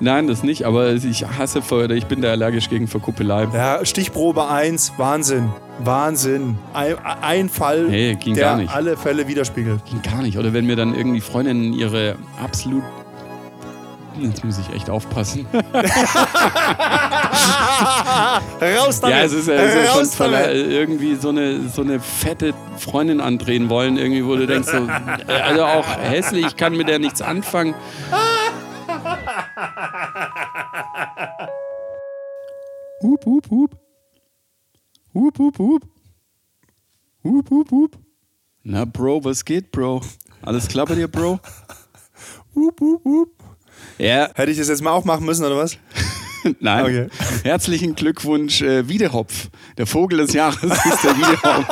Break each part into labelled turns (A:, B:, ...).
A: Nein, das nicht, aber ich hasse Feuer, ich bin da allergisch gegen Verkuppelei.
B: Ja, Stichprobe 1, Wahnsinn. Wahnsinn. Ein, ein Fall,
A: Nee, ging
B: der
A: gar nicht.
B: alle Fälle widerspiegelt.
A: Ging gar nicht. Oder wenn mir dann irgendwie Freundinnen ihre absolut. Jetzt muss ich echt aufpassen.
B: Ah, Raus damit!
A: Ja, es ist ja so von
B: Raus
A: Verle-
B: damit!
A: irgendwie so eine, so eine fette Freundin andrehen wollen, irgendwie, wo du denkst, so, äh, also auch hässlich, ich kann mit der nichts anfangen. Hup, hup, hup. Hup, hup, hup. Hup, hup, hup. Na, Bro, was geht, Bro? Alles klar bei dir, Bro?
B: Hup, hup, hup.
A: Ja,
B: Hätte ich das jetzt mal auch machen müssen, oder was?
A: Nein.
B: Okay.
A: Herzlichen Glückwunsch, äh, Wiedehopf. Der Vogel des Jahres ist der Wiedehopf.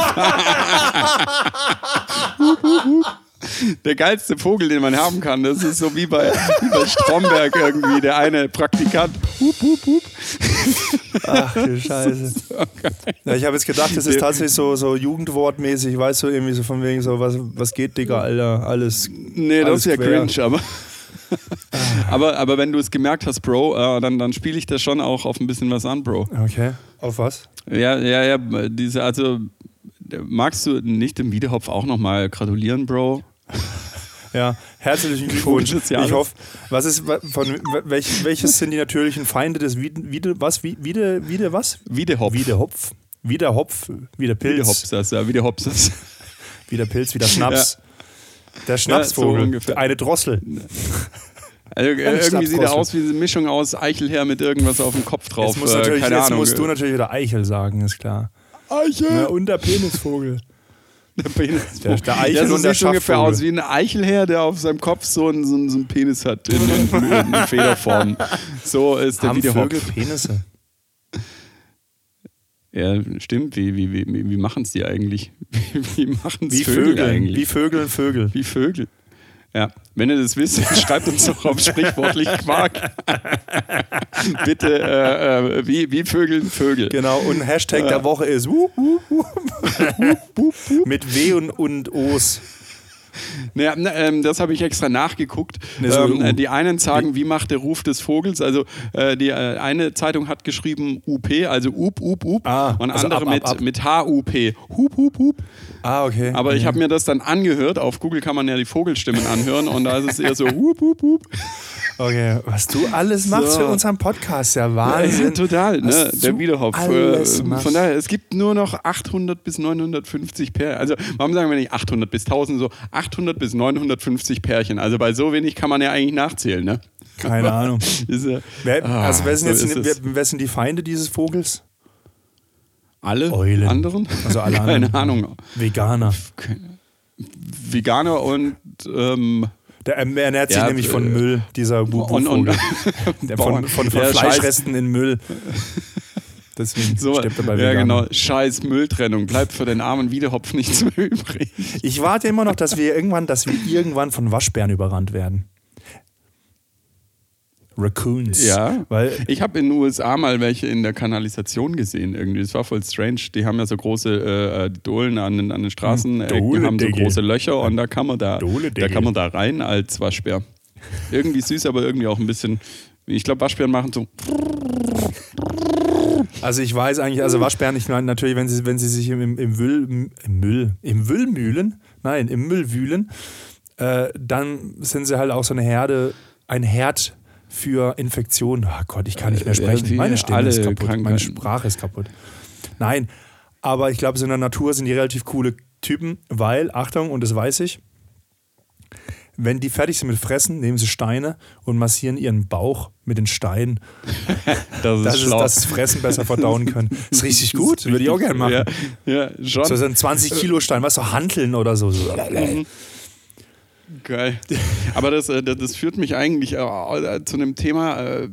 A: der geilste Vogel, den man haben kann. Das ist so wie bei, wie bei Stromberg irgendwie. Der eine Praktikant. Hup, hup, hup.
B: Ach du Scheiße. Ja, ich habe jetzt gedacht, das ist tatsächlich so, so jugendwortmäßig, weißt du, irgendwie so von wegen so, was, was geht, Digga, Alter, alles.
A: Nee, das
B: Alles
A: ist ja
B: quer.
A: cringe, aber. aber, aber wenn du es gemerkt hast, Bro, äh, dann, dann spiele ich das schon auch auf ein bisschen was an, Bro.
B: Okay. Auf was?
A: Ja, ja, ja. Diese, also, magst du nicht dem Wiedehopf auch nochmal gratulieren, Bro?
B: Ja, herzlichen
A: Glückwunsch
B: Glückwunsch.
A: des Jahres.
B: Ich hoffe, was ist, wa- von, welch, welches sind die natürlichen Feinde des Wiede, Wiede was, Wie- Wiede, Wiede, was?
A: Wiedehopf.
B: Wiedehopf. Wiederhopf, wieder
A: Wie der
B: Pilz,
A: Hopsas, ja, wie der Hopsas.
B: wieder Pilz, wieder Schnaps. Der Schnapsvogel,
A: so ungefähr.
B: eine Drossel.
A: Also, äh, irgendwie sieht er
B: Schnapsdrossel.
A: aus wie eine Mischung aus Eichelher mit irgendwas auf dem Kopf drauf.
B: Jetzt, musst,
A: äh,
B: natürlich,
A: keine
B: jetzt
A: Ahnung.
B: musst du natürlich wieder Eichel sagen, ist klar.
A: Eichel!
B: Ja, und der Penisvogel.
A: der Penis.
B: Der- der Eichel
A: ja, so
B: und der
A: sieht ungefähr
B: Schaffvogel.
A: aus wie ein Eichelher, der auf seinem Kopf so einen, so einen, so einen Penis hat in, in, in Federform. So ist der
B: Haben Vögel
A: Videohopf.
B: Penisse?
A: Ja, stimmt. Wie, wie, wie, wie machen es die eigentlich? Wie, wie machen es
B: Wie
A: Vögel,
B: Vögel,
A: eigentlich?
B: wie Vögel und Vögel.
A: Wie Vögel. Ja, wenn ihr das wisst, schreibt uns doch auf sprichwortlich Quark. Bitte, äh, äh, wie, wie Vögel, Vögel.
B: Genau, und Hashtag der Woche ist wup, wup, wup, wup, mit W und, und O's.
A: Naja, na, ähm, das habe ich extra nachgeguckt.
B: Ne, so
A: ähm,
B: U.
A: äh, die einen sagen, wie macht der Ruf des Vogels? Also äh, die äh, eine Zeitung hat geschrieben UP, also up, up, up.
B: Ah,
A: und
B: also
A: andere
B: ab, ab,
A: mit,
B: ab.
A: mit HUP. Hup, hup, hup.
B: Ah, okay.
A: Aber ich habe mir das dann angehört. Auf Google kann man ja die Vogelstimmen anhören und da ist es eher so hup, hup, hup.
B: Okay, was du alles machst
A: So.
B: für unseren Podcast, ja Wahnsinn.
A: Ja, total, ne?
B: Was
A: der
B: du
A: Wiederhopf. Äh,
B: alles
A: von
B: machst.
A: daher, es gibt nur noch 800 bis 950 Pärchen. Also, warum sagen wir nicht 800 bis 1000? So 800 bis 950 Pärchen. Also, bei so wenig kann man ja eigentlich nachzählen, ne?
B: Keine Ahnung.
A: Ist, äh,
B: Wer,
A: ah,
B: also wer sind,
A: so
B: jetzt,
A: ist es.
B: wer, wer sind die Feinde dieses Vogels?
A: alle
B: Eulen.
A: anderen?
B: Also alle
A: Keine
B: anderen.
A: Ahnung.
B: Veganer.
A: Veganer und, ähm,
B: Der ähm, ernährt sich
A: Ja,
B: nämlich von
A: äh,
B: Müll, dieser wup
A: und, und
B: Vogel. Der von, von, von
A: Ja, scheiß-
B: Fleischresten in Müll. Deswegen
A: So,
B: stirbt er bei
A: ja,
B: Veganern.
A: genau. Scheiß Mülltrennung. Bleibt für den armen Wiederhopf nichts mehr übrig.
B: Ich warte immer noch, dass wir irgendwann, dass wir irgendwann von Waschbären überrannt werden. Raccoons.
A: Ja.
B: Weil
A: Ich habe in den USA mal welche in der Kanalisation gesehen irgendwie. Das war voll strange. Die haben ja so große äh, Dohlen an den, an den
B: Hm.
A: Straßen, äh,
B: Dohle,
A: haben so
B: Diggi.
A: große Löcher und da kann man da,
B: Dohle,
A: da
B: Diggi.
A: kann man da rein als Waschbär. Irgendwie süß, aber irgendwie auch ein bisschen. Ich glaube, Waschbären machen so.
B: Also ich weiß eigentlich, also Waschbären, ich meine natürlich, wenn sie, wenn sie sich im, im, Müll, im Müll, im Müll mühlen, nein, im Müll wühlen, äh, dann sind sie halt auch so eine Herde, ein Herd für Infektionen. Ach Gott, ich kann nicht mehr
A: Äh,
B: sprechen.
A: wie
B: Meine Stimme ist
A: alle
B: kaputt, meine
A: Krankheiten.
B: Sprache ist kaputt. Nein, aber ich glaube, so in der Natur sind die relativ coole Typen, weil, Achtung, und das weiß ich, wenn die fertig sind mit Fressen, nehmen sie Steine und massieren ihren Bauch mit den Steinen
A: Das ist
B: dass es
A: schlau.
B: das Fressen besser verdauen können. Ist richtig gut,
A: Das ist
B: würde ich auch gerne machen.
A: Ja, ja schon.
B: So so ein 20-Kilo-Stein, was so Hanteln oder so. so. Mhm.
A: Mhm. Geil. Aber das, äh, das, das führt mich eigentlich äh, zu einem Thema, äh,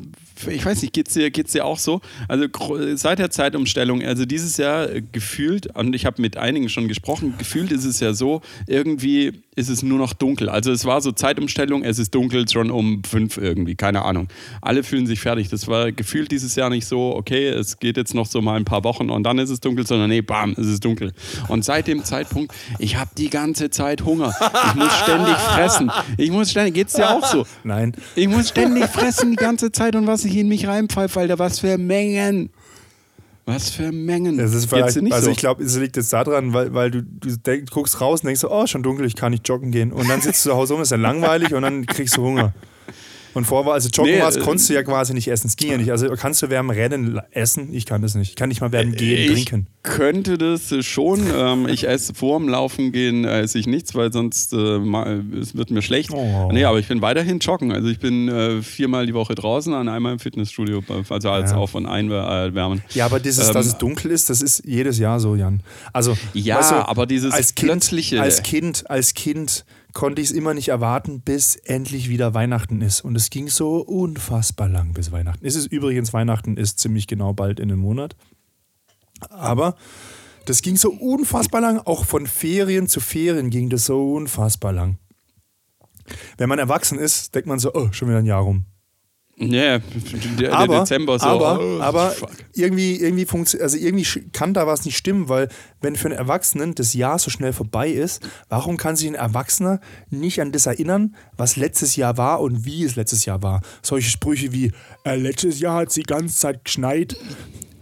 A: ich weiß nicht, geht's dir, geht's dir auch so? Also gro- seit der Zeitumstellung, also dieses Jahr äh, gefühlt, und ich habe mit einigen schon gesprochen, gefühlt ist es ja so, irgendwie ist es nur noch dunkel. Also es war so Zeitumstellung, es ist dunkel schon um fünf irgendwie, keine Ahnung. Alle fühlen sich fertig. Das war gefühlt dieses Jahr nicht so, okay, es geht jetzt noch so mal ein paar Wochen und dann ist es dunkel, sondern nee, bam, es ist dunkel. Und seit dem Zeitpunkt, ich habe die ganze Zeit Hunger. Ich muss ständig fressen. Ich muss ständig, geht's dir auch so?
B: Nein.
A: Ich muss ständig fressen die ganze Zeit und was ich in mich reinpfeife, Alter, was für Mengen. Was für Mengen.
B: Das ist
A: Geht's
B: vielleicht,
A: dir nicht
B: also
A: so?
B: ich glaube, es liegt jetzt daran, weil, weil du, du denk, guckst raus und denkst, so, oh, schon dunkel, ich kann nicht joggen gehen. Und dann sitzt du zu Hause rum, ist dann langweilig und dann kriegst du Hunger. Und vorher war, also joggen
A: Nee,
B: warst,
A: äh,
B: konntest du ja quasi nicht essen. Es ging ja nicht. Also kannst du wärmen Rennen la- essen? Ich kann das nicht. Ich kann nicht mal wärmen gehen,
A: Äh, ich
B: trinken.
A: könnte das äh, schon. Ähm, ich esse vor dem Laufen gehen, äh, esse ich nichts, weil sonst äh, ma- es wird mir schlecht.
B: Oh.
A: Nee, aber ich bin weiterhin joggen. Also ich bin äh, viermal die Woche draußen, an einmal im Fitnessstudio, also als
B: Ja.
A: Auf- und Einwärmen.
B: Ja, aber dieses,
A: Ähm,
B: dass es dunkel ist, das ist jedes Jahr so, Jan. Also,
A: Ja,
B: weißt du,
A: aber dieses
B: als kind,
A: plötzliche-
B: Als Kind, als Kind konnte ich es immer nicht erwarten, bis endlich wieder Weihnachten ist. Und es ging so unfassbar lang bis Weihnachten. Es ist übrigens, Weihnachten ist ziemlich genau bald in einem Monat. Aber das ging so unfassbar lang. Auch von Ferien zu Ferien ging das so unfassbar lang. Wenn man erwachsen ist, denkt man so, oh, schon wieder ein Jahr rum
A: Ja, der, der Dezember so.
B: aber,
A: oh,
B: aber halt
A: fuck.
B: irgendwie, irgendwie, funktio- also irgendwie sch- kann da was nicht stimmen, weil wenn für einen Erwachsenen das Jahr so schnell vorbei ist, warum kann sich ein Erwachsener nicht an das erinnern, was letztes Jahr war und wie es letztes Jahr war? Solche Sprüche wie, äh, letztes Jahr hat es die ganze Zeit geschneit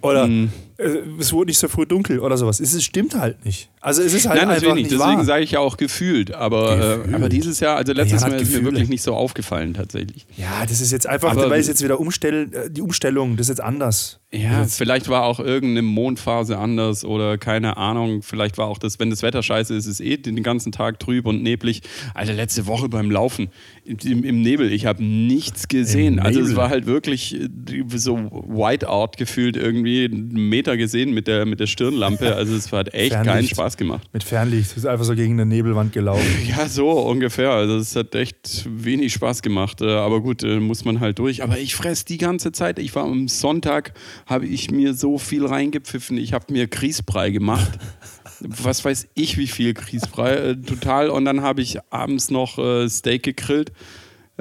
B: oder
A: Mhm.
B: äh, es wurde nicht so früh dunkel oder sowas. Es ist, stimmt halt nicht. Also es ist halt
A: Nein,
B: einfach
A: natürlich
B: nicht,
A: nicht. Deswegen
B: wahr.
A: sage ich ja auch gefühlt. Aber,
B: Gefühlt.
A: Äh, aber dieses Jahr, also letztes
B: Ja,
A: Mal ist
B: Gefühle.
A: mir wirklich nicht so aufgefallen tatsächlich.
B: Ja, das ist jetzt einfach,
A: Aber-
B: weil es jetzt wieder umstell, äh, die Umstellung, das ist jetzt anders.
A: Ja,
B: Das-
A: Also vielleicht war auch irgendeine Mondphase anders oder keine Ahnung. Vielleicht war auch das, wenn das Wetter scheiße ist, ist eh den ganzen Tag trüb und neblig. Alter, letzte Woche beim Laufen im, im Nebel, ich habe nichts gesehen.
B: Im
A: Also es
B: Nebel.
A: war halt wirklich äh, so whiteout gefühlt irgendwie einen Meter gesehen mit der, mit der Stirnlampe. Also es hat echt
B: Fernlicht.
A: keinen Spaß gemacht.
B: Mit Fernlicht, das ist einfach so gegen eine Nebelwand gelaufen.
A: Ja, so ungefähr. Also es hat echt wenig Spaß gemacht. Äh, Aber gut, äh, muss man halt durch. Aber ich fress die ganze Zeit. Ich war am Sonntag, habe ich mir so viel reingepfiffen. Ich habe mir Grießbrei gemacht. Was weiß ich, wie viel Grießbrei. Äh, total. Und dann habe ich abends noch äh, Steak gegrillt.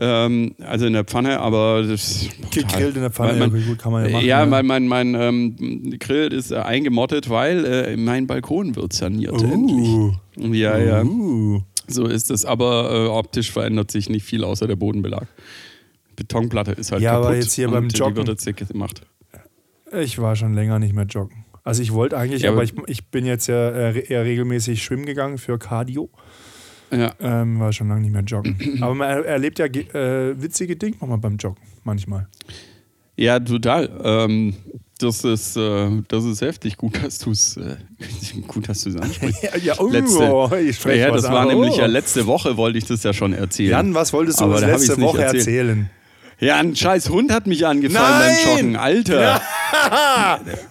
A: Ähm, also in der Pfanne, aber das
B: Gegrillt
A: total.
B: in der Pfanne,
A: Weil man,
B: ja, gut, kann man ja machen,
A: Ja,
B: ja.
A: mein, mein, mein ähm, Grill ist äh, eingemottet, weil äh, mein Balkon wird saniert.
B: Uh.
A: Endlich. Ja, ja.
B: Uh.
A: So ist es, aber äh, optisch verändert sich nicht viel außer der Bodenbelag. Betonplatte ist halt
B: Ja,
A: kaputt.
B: aber jetzt hier beim
A: und, äh,
B: Joggen.
A: Die wird jetzt hier gemacht.
B: Ich war schon länger nicht mehr joggen. Also ich wollte eigentlich,
A: Ja,
B: aber
A: aber-
B: ich, ich bin jetzt ja äh, eher regelmäßig schwimmen gegangen für Cardio.
A: Ja.
B: Ähm, war schon lange nicht mehr joggen. aber man er- erlebt ja ge- äh, witzige Dinge nochmal beim Joggen, manchmal.
A: ja, total. Ähm, das, ist, äh, das ist heftig. Gut, dass du es äh, gut, dass du's ansprichst.
B: Ja, ja, oh,
A: Letzte-
B: ich spreche
A: ja,
B: was
A: das
B: an.
A: war
B: Oh.
A: nämlich ja letzte Woche, wollte ich das ja schon erzählen.
B: Jan, was wolltest du
A: Aber
B: uns
A: da hab ich's
B: letzte
A: nicht
B: Woche
A: erzählt.
B: erzählen?
A: Ja, ein scheiß Hund hat mich angefallen
B: Nein!
A: beim Joggen. Alter.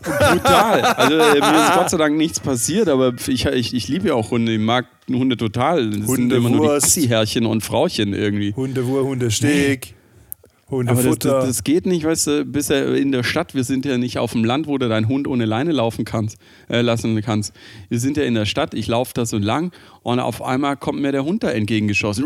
A: Brutal. Also äh, mir ist Gott sei Dank nichts passiert, aber ich, ich, ich liebe ja auch Hunde. Ich mag Hunde total. Das sind immer nur die
B: Hundewurst.
A: Assi-Herrchen und Frauchen irgendwie.
B: Hundewur, Hundesteg,
A: Aber das,
B: Hundefutter.
A: das, das geht nicht, weißt du, bist ja in der Stadt, wir sind ja nicht auf dem Land, wo du deinen Hund ohne Leine laufen kannst, äh, lassen kannst. Wir sind ja in der Stadt, ich laufe da so lang und auf einmal kommt mir der Hund da entgegengeschossen.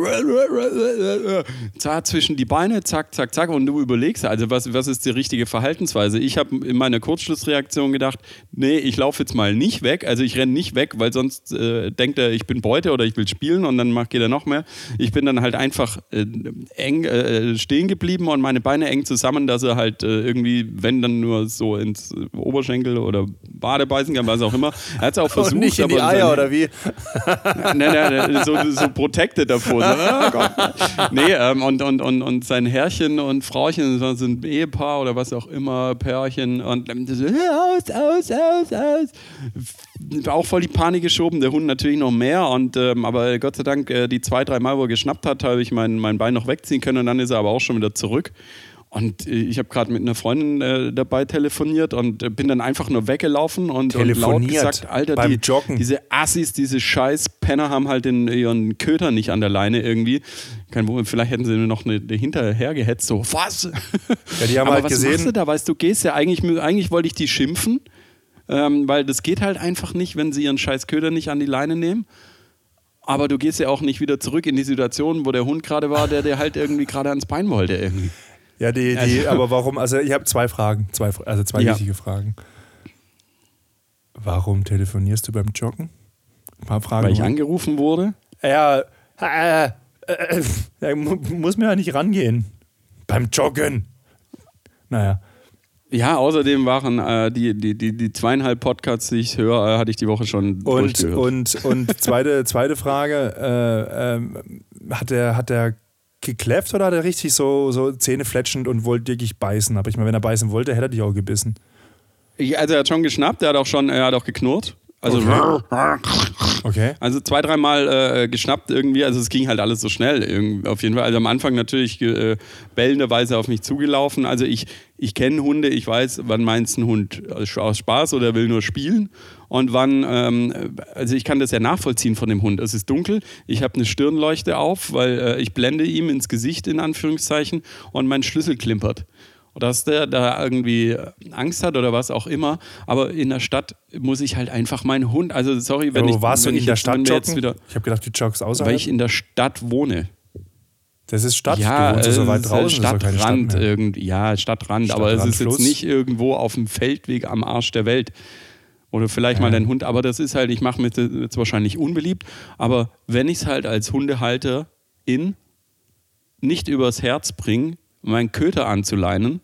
A: Zack, zwischen die Beine, zack, zack, zack. Und du überlegst, also was, was ist die richtige Verhaltensweise? Ich habe in meiner Kurzschlussreaktion gedacht, nee, ich laufe jetzt mal nicht weg, also ich renne nicht weg, weil sonst äh, denkt er, ich bin Beute oder ich will spielen und dann macht geht er noch mehr. Ich bin dann halt einfach äh, eng äh, stehen geblieben und meine Beine eng zusammen, dass er halt äh, irgendwie, wenn dann nur so ins äh, Oberschenkel oder Bade beißen kann, was auch immer. Er hat es auch versucht,
B: Und nicht in die
A: aber
B: Eier
A: dann-
B: oder wie?
A: Nein, nein, nein, so, so protected davor. So, oh Gott. Nee, ähm, und, und, und, und sein Herrchen und Frauchen so- sind Ehepaar oder was auch immer, Pärchen und ähm, so, aus, aus, aus, aus. Auch voll die Panik geschoben, der Hund natürlich noch mehr. Und, ähm, aber Gott sei Dank, äh, die zwei, drei Mal, wo er geschnappt hat, habe ich mein, mein Bein noch wegziehen können und dann ist er aber auch schon wieder zurück. Und äh, ich habe gerade mit einer Freundin äh, dabei telefoniert und äh, bin dann einfach nur weggelaufen und, und laut
B: Telefoniert
A: gesagt, Alter,
B: beim
A: die,
B: Joggen.
A: diese diese Assis, diese scheiß Penner haben halt den, ihren Köter nicht an der Leine irgendwie. Kein Problem, vielleicht hätten sie nur noch eine, eine hinterher gehetzt, so, was?
B: Ja, die haben
A: Aber
B: halt
A: was
B: gesehen-
A: machst du da? Weißt du, gehst ja eigentlich, mü- eigentlich wollte ich die schimpfen, ähm, weil das geht halt einfach nicht, wenn sie ihren scheiß Köder nicht an die Leine nehmen. Aber du gehst ja auch nicht wieder zurück in die Situation, wo der Hund gerade war, der dir halt irgendwie gerade ans Bein wollte irgendwie.
B: Ja, die, die,
A: Also-
B: aber warum? Also, ich habe zwei Fragen, zwei, Fra- also zwei
A: Ja.
B: wichtige Fragen. Warum telefonierst du beim Joggen? Ein paar Fragen.
A: Weil ich
B: nur.
A: angerufen wurde.
B: ja, äh, Äh, da mu- muss mir ja nicht rangehen. Beim Joggen. Naja.
A: Ja, außerdem waren äh, die, die, die, die zweieinhalb Podcasts, die ich höre, äh, hatte ich die Woche schon
B: Und,
A: durchgehört.
B: und, und zweite, zweite Frage: äh, ähm, Hat der, hat der gekläfft oder hat er richtig so, so Zähne fletschend und wollte wirklich beißen? Aber ich meine, wenn er beißen wollte, hätte er dich auch gebissen.
A: Ich- Also er hat schon geschnappt, er hat auch schon, er hat auch geknurrt. Also,
B: Mhm. Okay.
A: also zwei, dreimal äh, geschnappt irgendwie. Also es ging halt alles so schnell irgendwie, auf jeden Fall. Also am Anfang natürlich äh, bellenderweise auf mich zugelaufen. Also ich, ich kenne Hunde, ich weiß, wann meint ein Hund aus Spaß oder will nur spielen. Und wann, ähm, also ich kann das ja nachvollziehen von dem Hund. Es ist dunkel, ich habe eine Stirnleuchte auf, weil äh, ich blende ihm ins Gesicht in Anführungszeichen und mein Schlüssel klimpert. Oder dass der da irgendwie äh, Angst hat oder was auch immer. Aber in der Stadt muss ich halt einfach meinen Hund, also sorry, wenn
B: Wo
A: ich.
B: warst du
A: wenn
B: in
A: ich,
B: der
A: wenn
B: Stadt
A: wir jetzt
B: joggen?
A: wieder,
B: ich habe gedacht, du joggst außerhalb.
A: Weil ich in der Stadt wohne.
B: das ist Stadt.
A: Ja,
B: du wohnst ja so
A: äh,
B: weit draußen. das ist doch keine
A: Stadtrand äh,
B: Stadt mehr.
A: irgendwie. Ja, Stadtrand, aber es
B: Stadtrand,
A: ist jetzt
B: Fluss.
A: nicht irgendwo auf dem Feldweg am Arsch der Welt. Oder vielleicht mal dein Hund, aber das ist halt, ich mache mich jetzt wahrscheinlich unbeliebt, aber wenn ich es halt als Hundehalter in nicht übers Herz bringe, meinen Köter anzuleinen,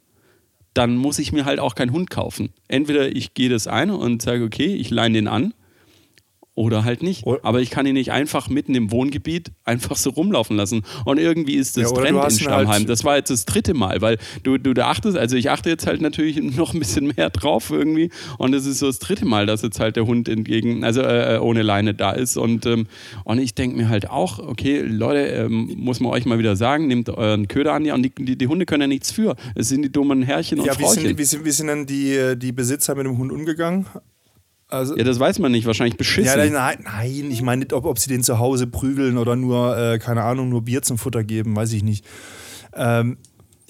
A: dann muss ich mir halt auch keinen Hund kaufen. Entweder ich gehe das ein und sage, okay, ich leine den an oder halt nicht.
B: Oder-
A: Aber ich kann ihn nicht einfach mitten im Wohngebiet einfach so rumlaufen lassen. Und irgendwie ist das
B: Ja, oder
A: Trend
B: du
A: in
B: hast ihn halt-
A: Stammheim. das war jetzt das dritte Mal, weil du, du da achtest, also ich achte jetzt halt natürlich noch ein bisschen mehr drauf irgendwie. Und es ist so das dritte Mal, dass jetzt halt der Hund entgegen, also äh, ohne Leine da ist. Und, ähm, und ich denke mir halt auch, okay, Leute, ähm, muss man euch mal wieder sagen, nehmt euren Köder an. Ja, und die, die, die Hunde können ja nichts für. Es sind die dummen Herrchen und
B: Ja, wie
A: Frauchen.
B: sind, wie, sind, wie sind denn die, äh, die Besitzer mit dem Hund umgegangen? Also,
A: ja, das weiß man nicht. Wahrscheinlich
B: Ja,
A: beschissen.
B: nein, nein, nein, ich meine nicht, ob, ob sie den zu Hause prügeln oder nur, äh, keine Ahnung, nur Bier zum Futter geben, weiß ich nicht. Ähm,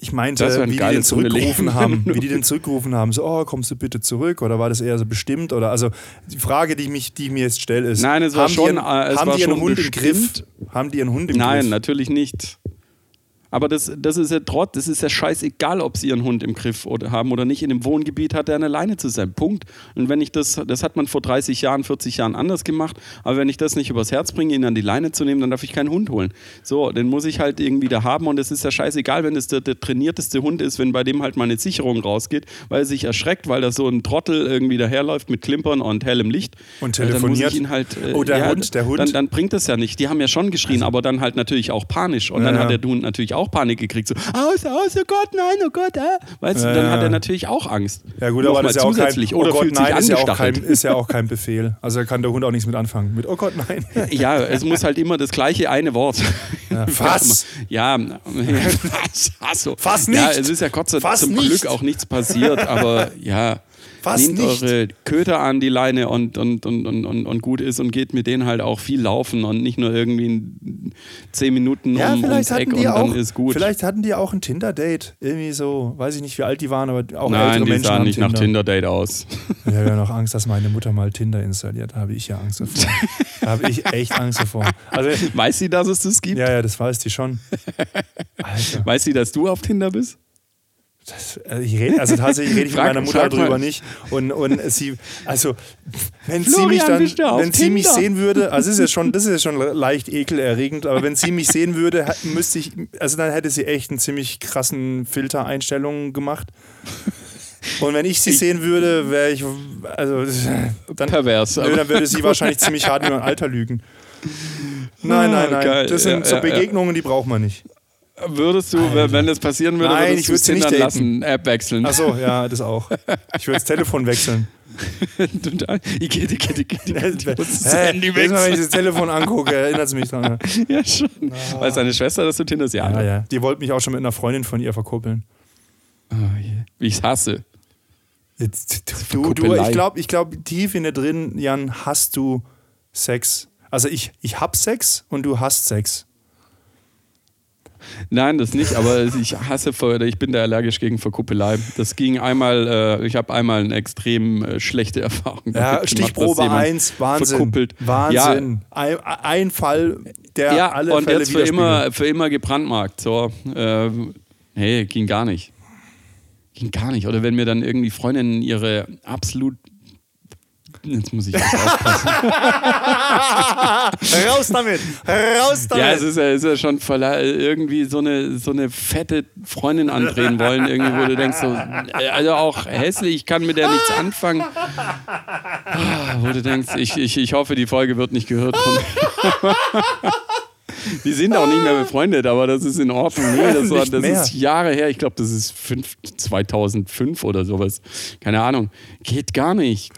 B: ich
A: Das
B: meinte,
A: wär ein
B: wie die den
A: geiles Hundeleben.
B: zurückgerufen haben, wie die den zurückgerufen haben, so, oh, kommst du bitte zurück oder war das eher so bestimmt oder, also die Frage, die, ich mich, die ich mir jetzt stelle ist,
A: Nein, es war
B: haben
A: schon,
B: die ihren,
A: äh, es
B: haben
A: war
B: die ihren
A: schon
B: Hund im Griff?
A: bestimmt.
B: Haben die ihren Hund im
A: Nein,
B: Griff?
A: natürlich nicht. Aber das, das ist ja trotz, das ist ja scheißegal, ob sie ihren Hund im Griff oder, haben oder nicht. In dem Wohngebiet hat er eine Leine zu sein. Punkt. Und wenn ich das, das hat man vor 30 Jahren, 40 Jahren anders gemacht, aber wenn ich das nicht übers Herz bringe, ihn an die Leine zu nehmen, dann darf ich keinen Hund holen. So, den muss ich halt irgendwie da haben und es ist ja scheißegal, wenn das der, der trainierteste Hund ist, wenn bei dem halt mal eine Sicherung rausgeht, weil er sich erschreckt, weil da so ein Trottel irgendwie daherläuft mit Klimpern und hellem Licht.
B: Und
A: Äh, Dann muss
B: telefoniert.
A: ich ihn halt, äh,
B: Oh, der Hund, der Hund.
A: Dann, dann bringt das ja nicht. Die haben ja schon geschrien, aber dann halt natürlich auch panisch. Und dann
B: Also Ja,
A: hat
B: ja.
A: der Hund natürlich auch Panik gekriegt. So, aus, aus, oh Gott, nein, oh Gott. Äh. Weißt du,
B: Ja,
A: dann
B: ja.
A: hat er natürlich auch Angst.
B: Ja gut,
A: Noch mal
B: aber das ist ja auch kein,
A: zusätzlich.
B: oh
A: Oder
B: Gott,
A: fühlt
B: nein,
A: sich
B: ist ja, auch kein,
A: angestachelt.
B: ist ja auch kein Befehl. Also da kann der Hund auch nichts mit anfangen. Mit, oh Gott, nein.
A: Ja, es muss halt immer das gleiche eine Wort.
B: Ja, fass.
A: Ja, was? Hast du?
B: Fass
A: Ja,
B: nicht.
A: es ist ja Gott sei Dank
B: Fass
A: zum
B: nicht.
A: Glück auch nichts passiert, aber ja.
B: Fass
A: Nehmt
B: nicht.
A: eure Köter an die Leine und, und, und, und, und, und gut ist und geht mit denen halt auch viel laufen und nicht nur irgendwie in zehn Minuten
B: Ja,
A: um, ums
B: vielleicht
A: Eck
B: hatten
A: und
B: die auch,
A: dann ist gut.
B: Vielleicht hatten die auch ein Tinder-Date. Irgendwie so, weiß ich nicht, wie alt die waren, aber auch
A: Nein,
B: ältere
A: die
B: Menschen
A: sahen
B: haben
A: nicht
B: Tinder.
A: nach Tinder-Date aus.
B: Ich habe ja noch Angst, dass meine Mutter mal Tinder installiert. Da habe ich ja Angst davor. da habe ich echt Angst davor. Also,
A: Weiß sie, dass es das gibt?
B: ja, ja, das weiß die schon. Also, Alter,
A: Weiß sie, dass du auf Tinder bist?
B: das, also ich rede, also tatsächlich rede ich mit
A: Frag-
B: meiner Mutter
A: frag mal.
B: darüber nicht. Und, und sie, also, wenn
A: Florian,
B: sie mich
A: bist du
B: dann,
A: auf
B: wenn sie mich
A: Tinder?
B: sehen würde, also ist ja schon, das ist ja schon leicht ekelerregend, aber wenn sie mich sehen würde, hat- müsste ich, also dann hätte sie echt einen ziemlich krassen Filtereinstellungen gemacht. Und wenn ich sie sehen würde, wäre ich, also, dann,
A: Pervers.
B: Nö,
A: aber-
B: dann würde sie wahrscheinlich ziemlich hart über mein Alter lügen. Nein, nein, nein.
A: Ah, Geil,
B: Das sind
A: ja,
B: so
A: ja,
B: Begegnungen, die braucht man nicht.
A: Würdest du, wenn das passieren würde,
B: Nein, ich
A: würdest du
B: würd sie nicht
A: Tinder
B: daten. Also
A: lassen, App wechseln?
B: Achso, ja, das auch. Ich würde das Telefon wechseln.
A: Total. Ich gehe, ich gehe, ich gehe. Ich muss das
B: Hä?
A: Handy
B: Jedes Mal, wenn ich
A: wechseln.
B: das Telefon angucke, erinnert es mich dran. ne?
A: Ja, schon. Weiß deine Schwester, dass du Tinder sie
B: Ja,
A: ja,
B: Ah, ja. Die wollte mich auch schon mit einer Freundin von ihr verkuppeln.
A: Oh, je. Wie ich hasse.
B: Jetzt, du, du,
A: Verkuppelei.
B: ich glaube, ich glaub, tief in dir drin, Jan, hast du Sex. Also ich, ich hab Sex und du hast Sex.
A: Nein, das nicht, aber ich hasse Ver- ich bin da allergisch gegen Verkuppelei. Das ging einmal, äh, ich habe einmal eine extrem äh, schlechte Erfahrung
B: Ja,
A: damit gemacht, dass
B: Stichprobe
A: jemand
B: 1, Wahnsinn.
A: Verkuppelt. Ja,
B: Wahnsinn. Ein, ein Fall, der
A: ja,
B: alle
A: und
B: Fälle
A: jetzt für
B: widerspiegelt.
A: immer, für immer gebrandmarkt. So, äh, hey, ging gar nicht. Ging gar nicht. Oder wenn mir dann irgendwie Freundinnen ihre absolut Jetzt muss ich echt aufpassen.
B: Raus damit! Raus damit!
A: Ja, es ist ja, es ist ja schon verla- irgendwie so eine, so eine fette Freundin andrehen wollen, irgendwie, wo du denkst, so, äh, also auch hässlich, ich kann mit der nichts anfangen. Ah, Wo du denkst, ich, ich, ich hoffe, die Folge wird nicht gehört. Von Die sind auch nicht mehr befreundet, aber das ist in Ordnung. Nee, das war,
B: Nicht
A: das
B: mehr.
A: ist Jahre her. Ich glaube, das ist fünf, 2005 oder sowas. Keine Ahnung. Geht gar nicht.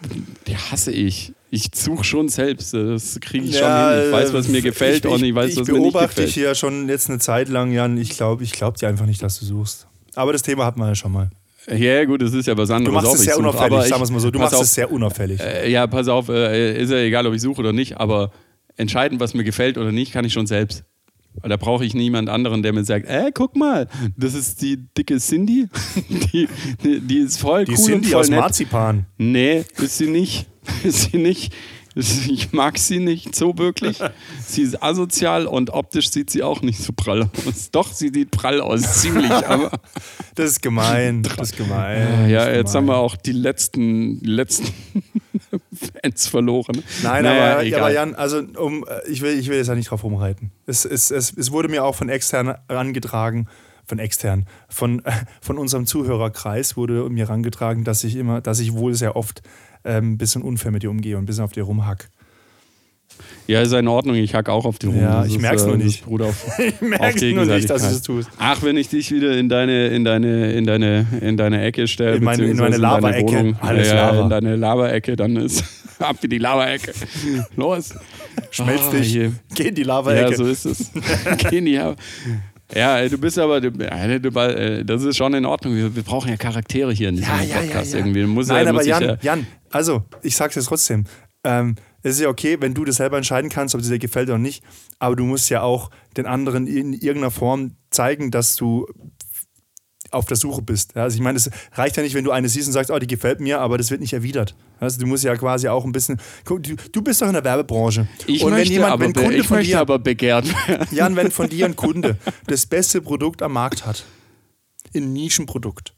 A: Die hasse ich. Ich suche schon selbst. Das kriege ich schon hin. Ich weiß, was mir
B: äh,
A: gefällt
B: ich,
A: und ich weiß,
B: ich
A: was mir nicht
B: beobachte dich
A: gefällt.
B: hier schon jetzt eine Zeit lang, Jan. Ich glaube ich glaub dir einfach nicht, dass du suchst. Aber das Thema hat man ja schon mal.
A: Ja, gut, das ist ja was
B: Du
A: anderes.
B: machst
A: ob
B: es
A: ich
B: sehr
A: suche,
B: unauffällig,
A: aber ich-
B: sagen wir es mal so. Du
A: pass
B: machst
A: auf,
B: es sehr unauffällig.
A: äh, Ja, pass auf. Äh, ist ja egal, ob ich suche oder nicht, aber entscheiden, was mir gefällt oder nicht, kann ich schon selbst. Da brauche ich niemand anderen, der mir sagt, äh, guck mal, das ist die dicke Cindy, die, die, die ist voll
B: die
A: cool
B: sind
A: und
B: die
A: voll
B: aus
A: nett.
B: Marzipan.
A: Nee, ist sie nicht. Ist sie nicht. Ist- Ich mag sie nicht so wirklich. Sie ist asozial und optisch sieht sie auch nicht so prall aus. Doch, sie sieht prall aus, ziemlich. Aber
B: Das ist gemein. Das ist gemein. das
A: ja,
B: ist
A: jetzt haben
B: gemein.
A: wir auch die letzten, die letzten Fans verloren.
B: Nein,
A: Naja,
B: aber,
A: egal.
B: aber Jan, also um, äh, ich, will, ich will jetzt ja nicht drauf rumreiten. Es, es, es, es wurde mir auch von extern herangetragen, von extern, von, äh, von unserem Zuhörerkreis wurde mir herangetragen, dass ich immer, dass ich wohl sehr oft ähm, ein bisschen unfair mit dir umgehe und ein bisschen auf dir rumhack.
A: Ja, ist ja in Ordnung. Ich hack auch auf den Rum.
B: Ja,
A: Das
B: ich
A: ist, äh,
B: merk's nur
A: das
B: nicht.
A: beruht auf,
B: Ich
A: auf
B: merke nur nicht,
A: Gegenseitigkeit.
B: dass du das tust.
A: Ach, wenn ich dich wieder in deine, in deine, in deine, in deine Ecke stelle,
B: In meine- in
A: beziehungsweise
B: meine
A: deine
B: Laberecke.
A: Wohnung,
B: Alles
A: ja,
B: Lava.
A: in deine Laberecke, dann ist ab in die Laberecke. Los.
B: Schmelz
A: Ah,
B: dich,
A: je.
B: geh in die
A: Ja,
B: Lava-Ecke.
A: so ist es. Genial. Ja, ey, du bist aber, du, äh, du, ba- äh, das ist schon in Ordnung. Wir, wir brauchen ja Charaktere hier in diesem Podcast irgendwie. Muss
B: Nein,
A: ja,
B: aber
A: muss ich
B: Jan,
A: ja,
B: Jan, also ich sag's jetzt trotzdem. Ähm, es ist ja okay, wenn du das selber entscheiden kannst, ob es dir gefällt oder nicht. Aber du musst ja auch den anderen in irgendeiner Form zeigen, dass du auf der Suche bist. Ja, also ich meine, es reicht ja nicht, wenn du eine siehst und sagst, oh, die gefällt mir, aber das wird nicht erwidert. Also du musst ja quasi auch ein bisschen. Guck, du, du bist doch in der Werbebranche.
A: ich
B: und
A: möchte,
B: wenn jemand,
A: aber,
B: wenn ein
A: be-
B: Kunde
A: ich
B: von
A: möchte
B: dir,
A: aber begehrt werden.
B: Jan, wenn von dir ein Kunde das beste Produkt am Markt hat, ein Nischenprodukt,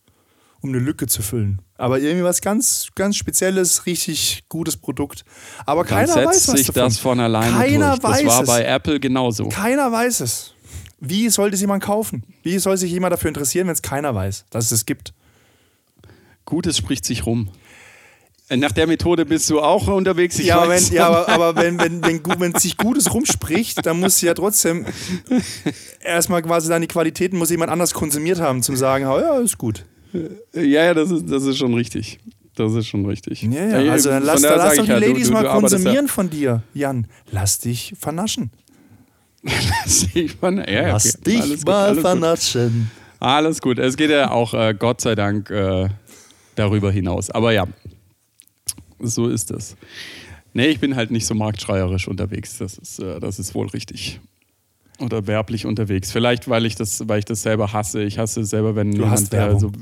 B: um eine Lücke zu füllen, aber irgendwie was ganz, ganz Spezielles, richtig gutes Produkt, aber
A: Dann
B: keiner weiß
A: setzt
B: was
A: sich
B: davon.
A: das von alleine
B: Keiner
A: durch. Das
B: weiß
A: war
B: es.
A: bei Apple genauso.
B: Keiner weiß es. Wie sollte es jemand kaufen? Wie soll sich jemand dafür interessieren, wenn es keiner weiß, dass es es gibt?
A: Gutes spricht sich rum. Äh, Nach der Methode bist du auch unterwegs. Ich
B: ja, aber wenn,
A: weiß.
B: ja, aber, aber wenn, wenn, wenn, gu- wenn sich Gutes rumspricht, dann muss sie ja trotzdem erstmal quasi dann die Qualitäten muss jemand anders konsumiert haben, zum sagen, oh, ja, ist gut.
A: ja, ja, das ist, das ist schon richtig. Das ist schon richtig.
B: Ja, ja, also dann
A: von
B: lass,
A: daher
B: dann
A: sag
B: lass doch
A: ich
B: die
A: ja, du-
B: Ladies
A: du-
B: mal
A: du arbeitest
B: konsumieren von dir, Jan. Lass dich vernaschen.
A: Ja, lass dich mal, ja, okay.
B: Lass dich
A: alles gut,
B: mal
A: alles gut.
B: vernaschen.
A: Alles gut. Es geht ja auch äh, Gott sei Dank äh, darüber hinaus. Aber ja, so ist das. Nee, ich bin halt nicht so marktschreierisch unterwegs. Das ist, äh, das ist wohl richtig. Oder werblich unterwegs. Vielleicht, weil ich das, weil ich das selber hasse. Ich hasse es selber, wenn jemand
B: hasst
A: der
B: Werbung.
A: so-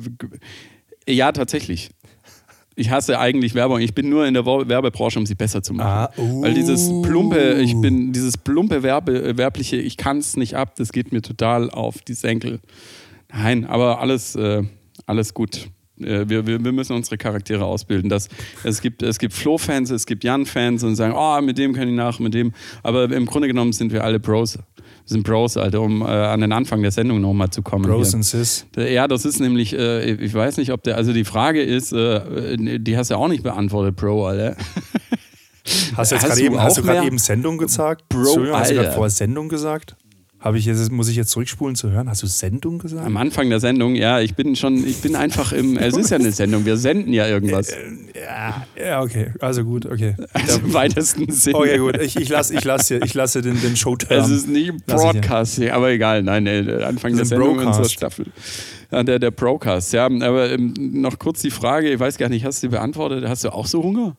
A: ja, tatsächlich. Ich hasse eigentlich Werbung. Ich bin nur in der Wo- Werbebranche, um sie besser zu machen.
B: Ah, oh.
A: Weil dieses plumpe, ich bin dieses plumpe Werbe, äh, werbliche, ich kann es nicht ab. Das geht mir total auf die Senkel. Nein, aber alles, äh, alles gut. Äh, Wir, wir, wir müssen unsere Charaktere ausbilden. Das, es gibt, es gibt Flo-Fans, es gibt Jan-Fans und sagen, oh, mit dem kann ich nach, mit dem. Aber im Grunde genommen sind wir alle Bros. Wir sind Bros, Alter, um äh, an den Anfang der Sendung nochmal zu kommen.
B: Bros
A: hier.
B: and Sis.
A: Ja, das ist nämlich, äh, ich weiß nicht, ob der, also die Frage ist, äh, die hast du auch nicht beantwortet, Bro, Alter.
B: Hast du jetzt
A: Hast
B: gerade
A: du
B: eben, hast
A: auch
B: du gerade
A: mehr?
B: eben Sendung gesagt?
A: Bro,
B: Entschuldigung, hast du gerade
A: Alter.
B: vorher Sendung gesagt? Habe ich jetzt, muss ich jetzt zurückspulen zu hören? Hast du Sendung gesagt?
A: Am Anfang der Sendung, ja, ich bin schon, ich bin einfach im, es ist ja eine Sendung, wir senden ja irgendwas.
B: Äh, Ja, ja, okay. Also gut, okay.
A: Also im weitesten Sinne.
B: Okay, gut. Ich, ich lasse ich lass hier, ich lasse den, den Showterm.
A: Es ist nicht
B: Lass ich hier.
A: Broadcasting, aber egal, nein, nee, der Anfang der
B: Das ist ein
A: Sendung
B: Broadcast.
A: unserer Staffel. Ja, der, der Broadcast, ja, aber ähm, noch kurz die Frage, ich weiß gar nicht, hast du die beantwortet, hast du auch so Hunger?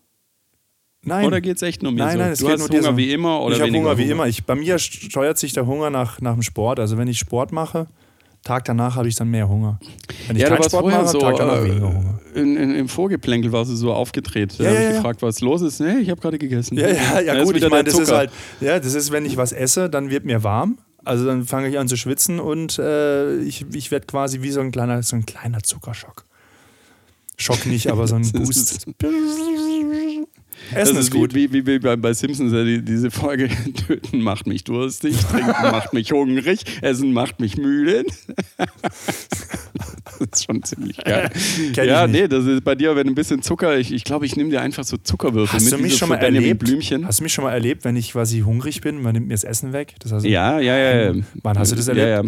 B: Nein.
A: Oder geht's echt nur mir
B: Nein,
A: so?
B: nein, es
A: du
B: geht
A: hast
B: nur dir
A: Hunger
B: so.
A: wie immer oder
B: ich habe
A: weniger
B: Hunger wie immer. Ich, bei mir steuert sich der Hunger nach, nach dem Sport. Also wenn ich Sport mache, Tag danach habe ich dann mehr Hunger. Wenn ich
A: Ja, du
B: keinen
A: warst
B: Sport
A: vorher
B: mache,
A: so
B: Tag danach
A: äh,
B: weniger Hunger.
A: in, in, im Vorgeplänkel warst du so aufgedreht. Da
B: Ja,
A: habe
B: ja,
A: ich
B: ja.
A: gefragt, was los ist. Nee, ich habe gerade gegessen.
B: Ja, ja,
A: Da
B: ja
A: ist
B: gut,
A: wieder
B: ich meine,
A: der
B: das ist
A: Zucker.
B: halt, ja, das ist, wenn ich was esse, dann wird mir warm. Also dann fange ich an zu schwitzen und äh, ich, ich werde quasi wie so ein kleiner, so ein kleiner Zuckerschock. Schock nicht, aber so ein Boost. Essen ist
A: wie-
B: gut.
A: Wie, wie, wie bei, bei Simpsons, ja, die, diese Folge: Töten macht mich durstig, Trinken macht mich hungrig, Essen macht mich müde. das ist schon ziemlich geil.
B: Kenn ich
A: ja,
B: nicht.
A: nee, das ist bei dir, wenn ein bisschen Zucker, ich ich, glaube, ich nehme dir einfach so Zuckerwürfel
B: Hast
A: mit,
B: du
A: wie
B: mich
A: so
B: schon
A: für
B: mal
A: Benjamin
B: erlebt?
A: Blümchen.
B: Hast du mich schon mal erlebt, wenn ich quasi hungrig bin, man nimmt mir das Essen weg? Das heißt,
A: Ja, ja, ja. ja.
B: Wann hast du das
A: Ja, ja.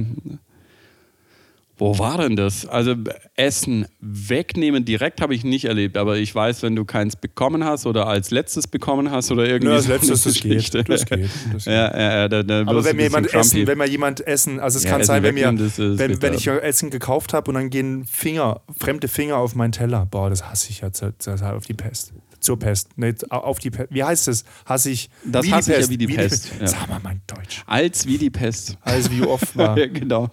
A: Wo war denn das? Also Essen wegnehmen direkt habe ich nicht erlebt, aber ich weiß, wenn du keins bekommen hast oder als letztes bekommen hast oder irgendwie
B: Nö, als
A: so eine
B: letztes, das geht,
A: Geschichte.
B: das geht, das geht.
A: Ja, ja, ja, da, da
B: Aber
A: wirst
B: wenn
A: du
B: mir
A: ein bisschen
B: jemand Essen,
A: crumpy.
B: wenn mir jemand Essen, also es
A: Ja,
B: kann
A: Essen
B: sein, wenn mir,
A: wegnehmen, das ist
B: wenn,
A: bitter.
B: wenn ich Essen gekauft habe und dann gehen Finger, fremde Finger auf meinen Teller. Boah, das hasse ich ja zur, zur, auf die Pest. Zur Pest. Nee, auf die Pest. Wie heißt das? Hasse ich.
A: Das hasse ich ja wie die Pest, ja.
B: Sag mal mein Deutsch.
A: Als wie die Pest.
B: Alles wie oft war.
A: Ja, genau.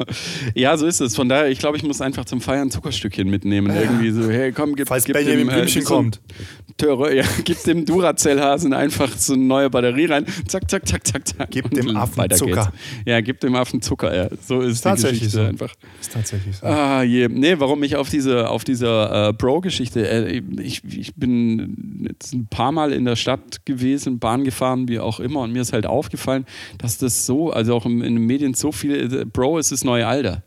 A: Ja, so ist es. Von daher, ich glaube, ich muss einfach zum Feiern Zuckerstückchen mitnehmen. Irgendwie so, hey, komm, gib,
B: Falls
A: gib äh,
B: Benjamin Blümchen
A: so ein
B: kommt.
A: Töre, ja, gib dem Duracell-Hasen einfach so eine neue Batterie rein. Zack, zack, zack, zack, zack.
B: Gib
A: Und
B: dem Affen
A: weiter
B: Zucker.
A: Geht's. Ja, gib dem Affen Zucker, ja. So ist die
B: Tatsächlich
A: Geschichte
B: so.
A: einfach.
B: Ist tatsächlich so.
A: Ah, je. Nee, warum ich auf diese, auf dieser äh, Bro-Geschichte, äh, ich, ich bin jetzt ein paar Mal in der Stadt gewesen, Bahn gefahren, wie auch immer, und mir ist halt aufgefallen, dass das so, also auch im, in den Medien so viel, äh, Bro ist das neue Alter.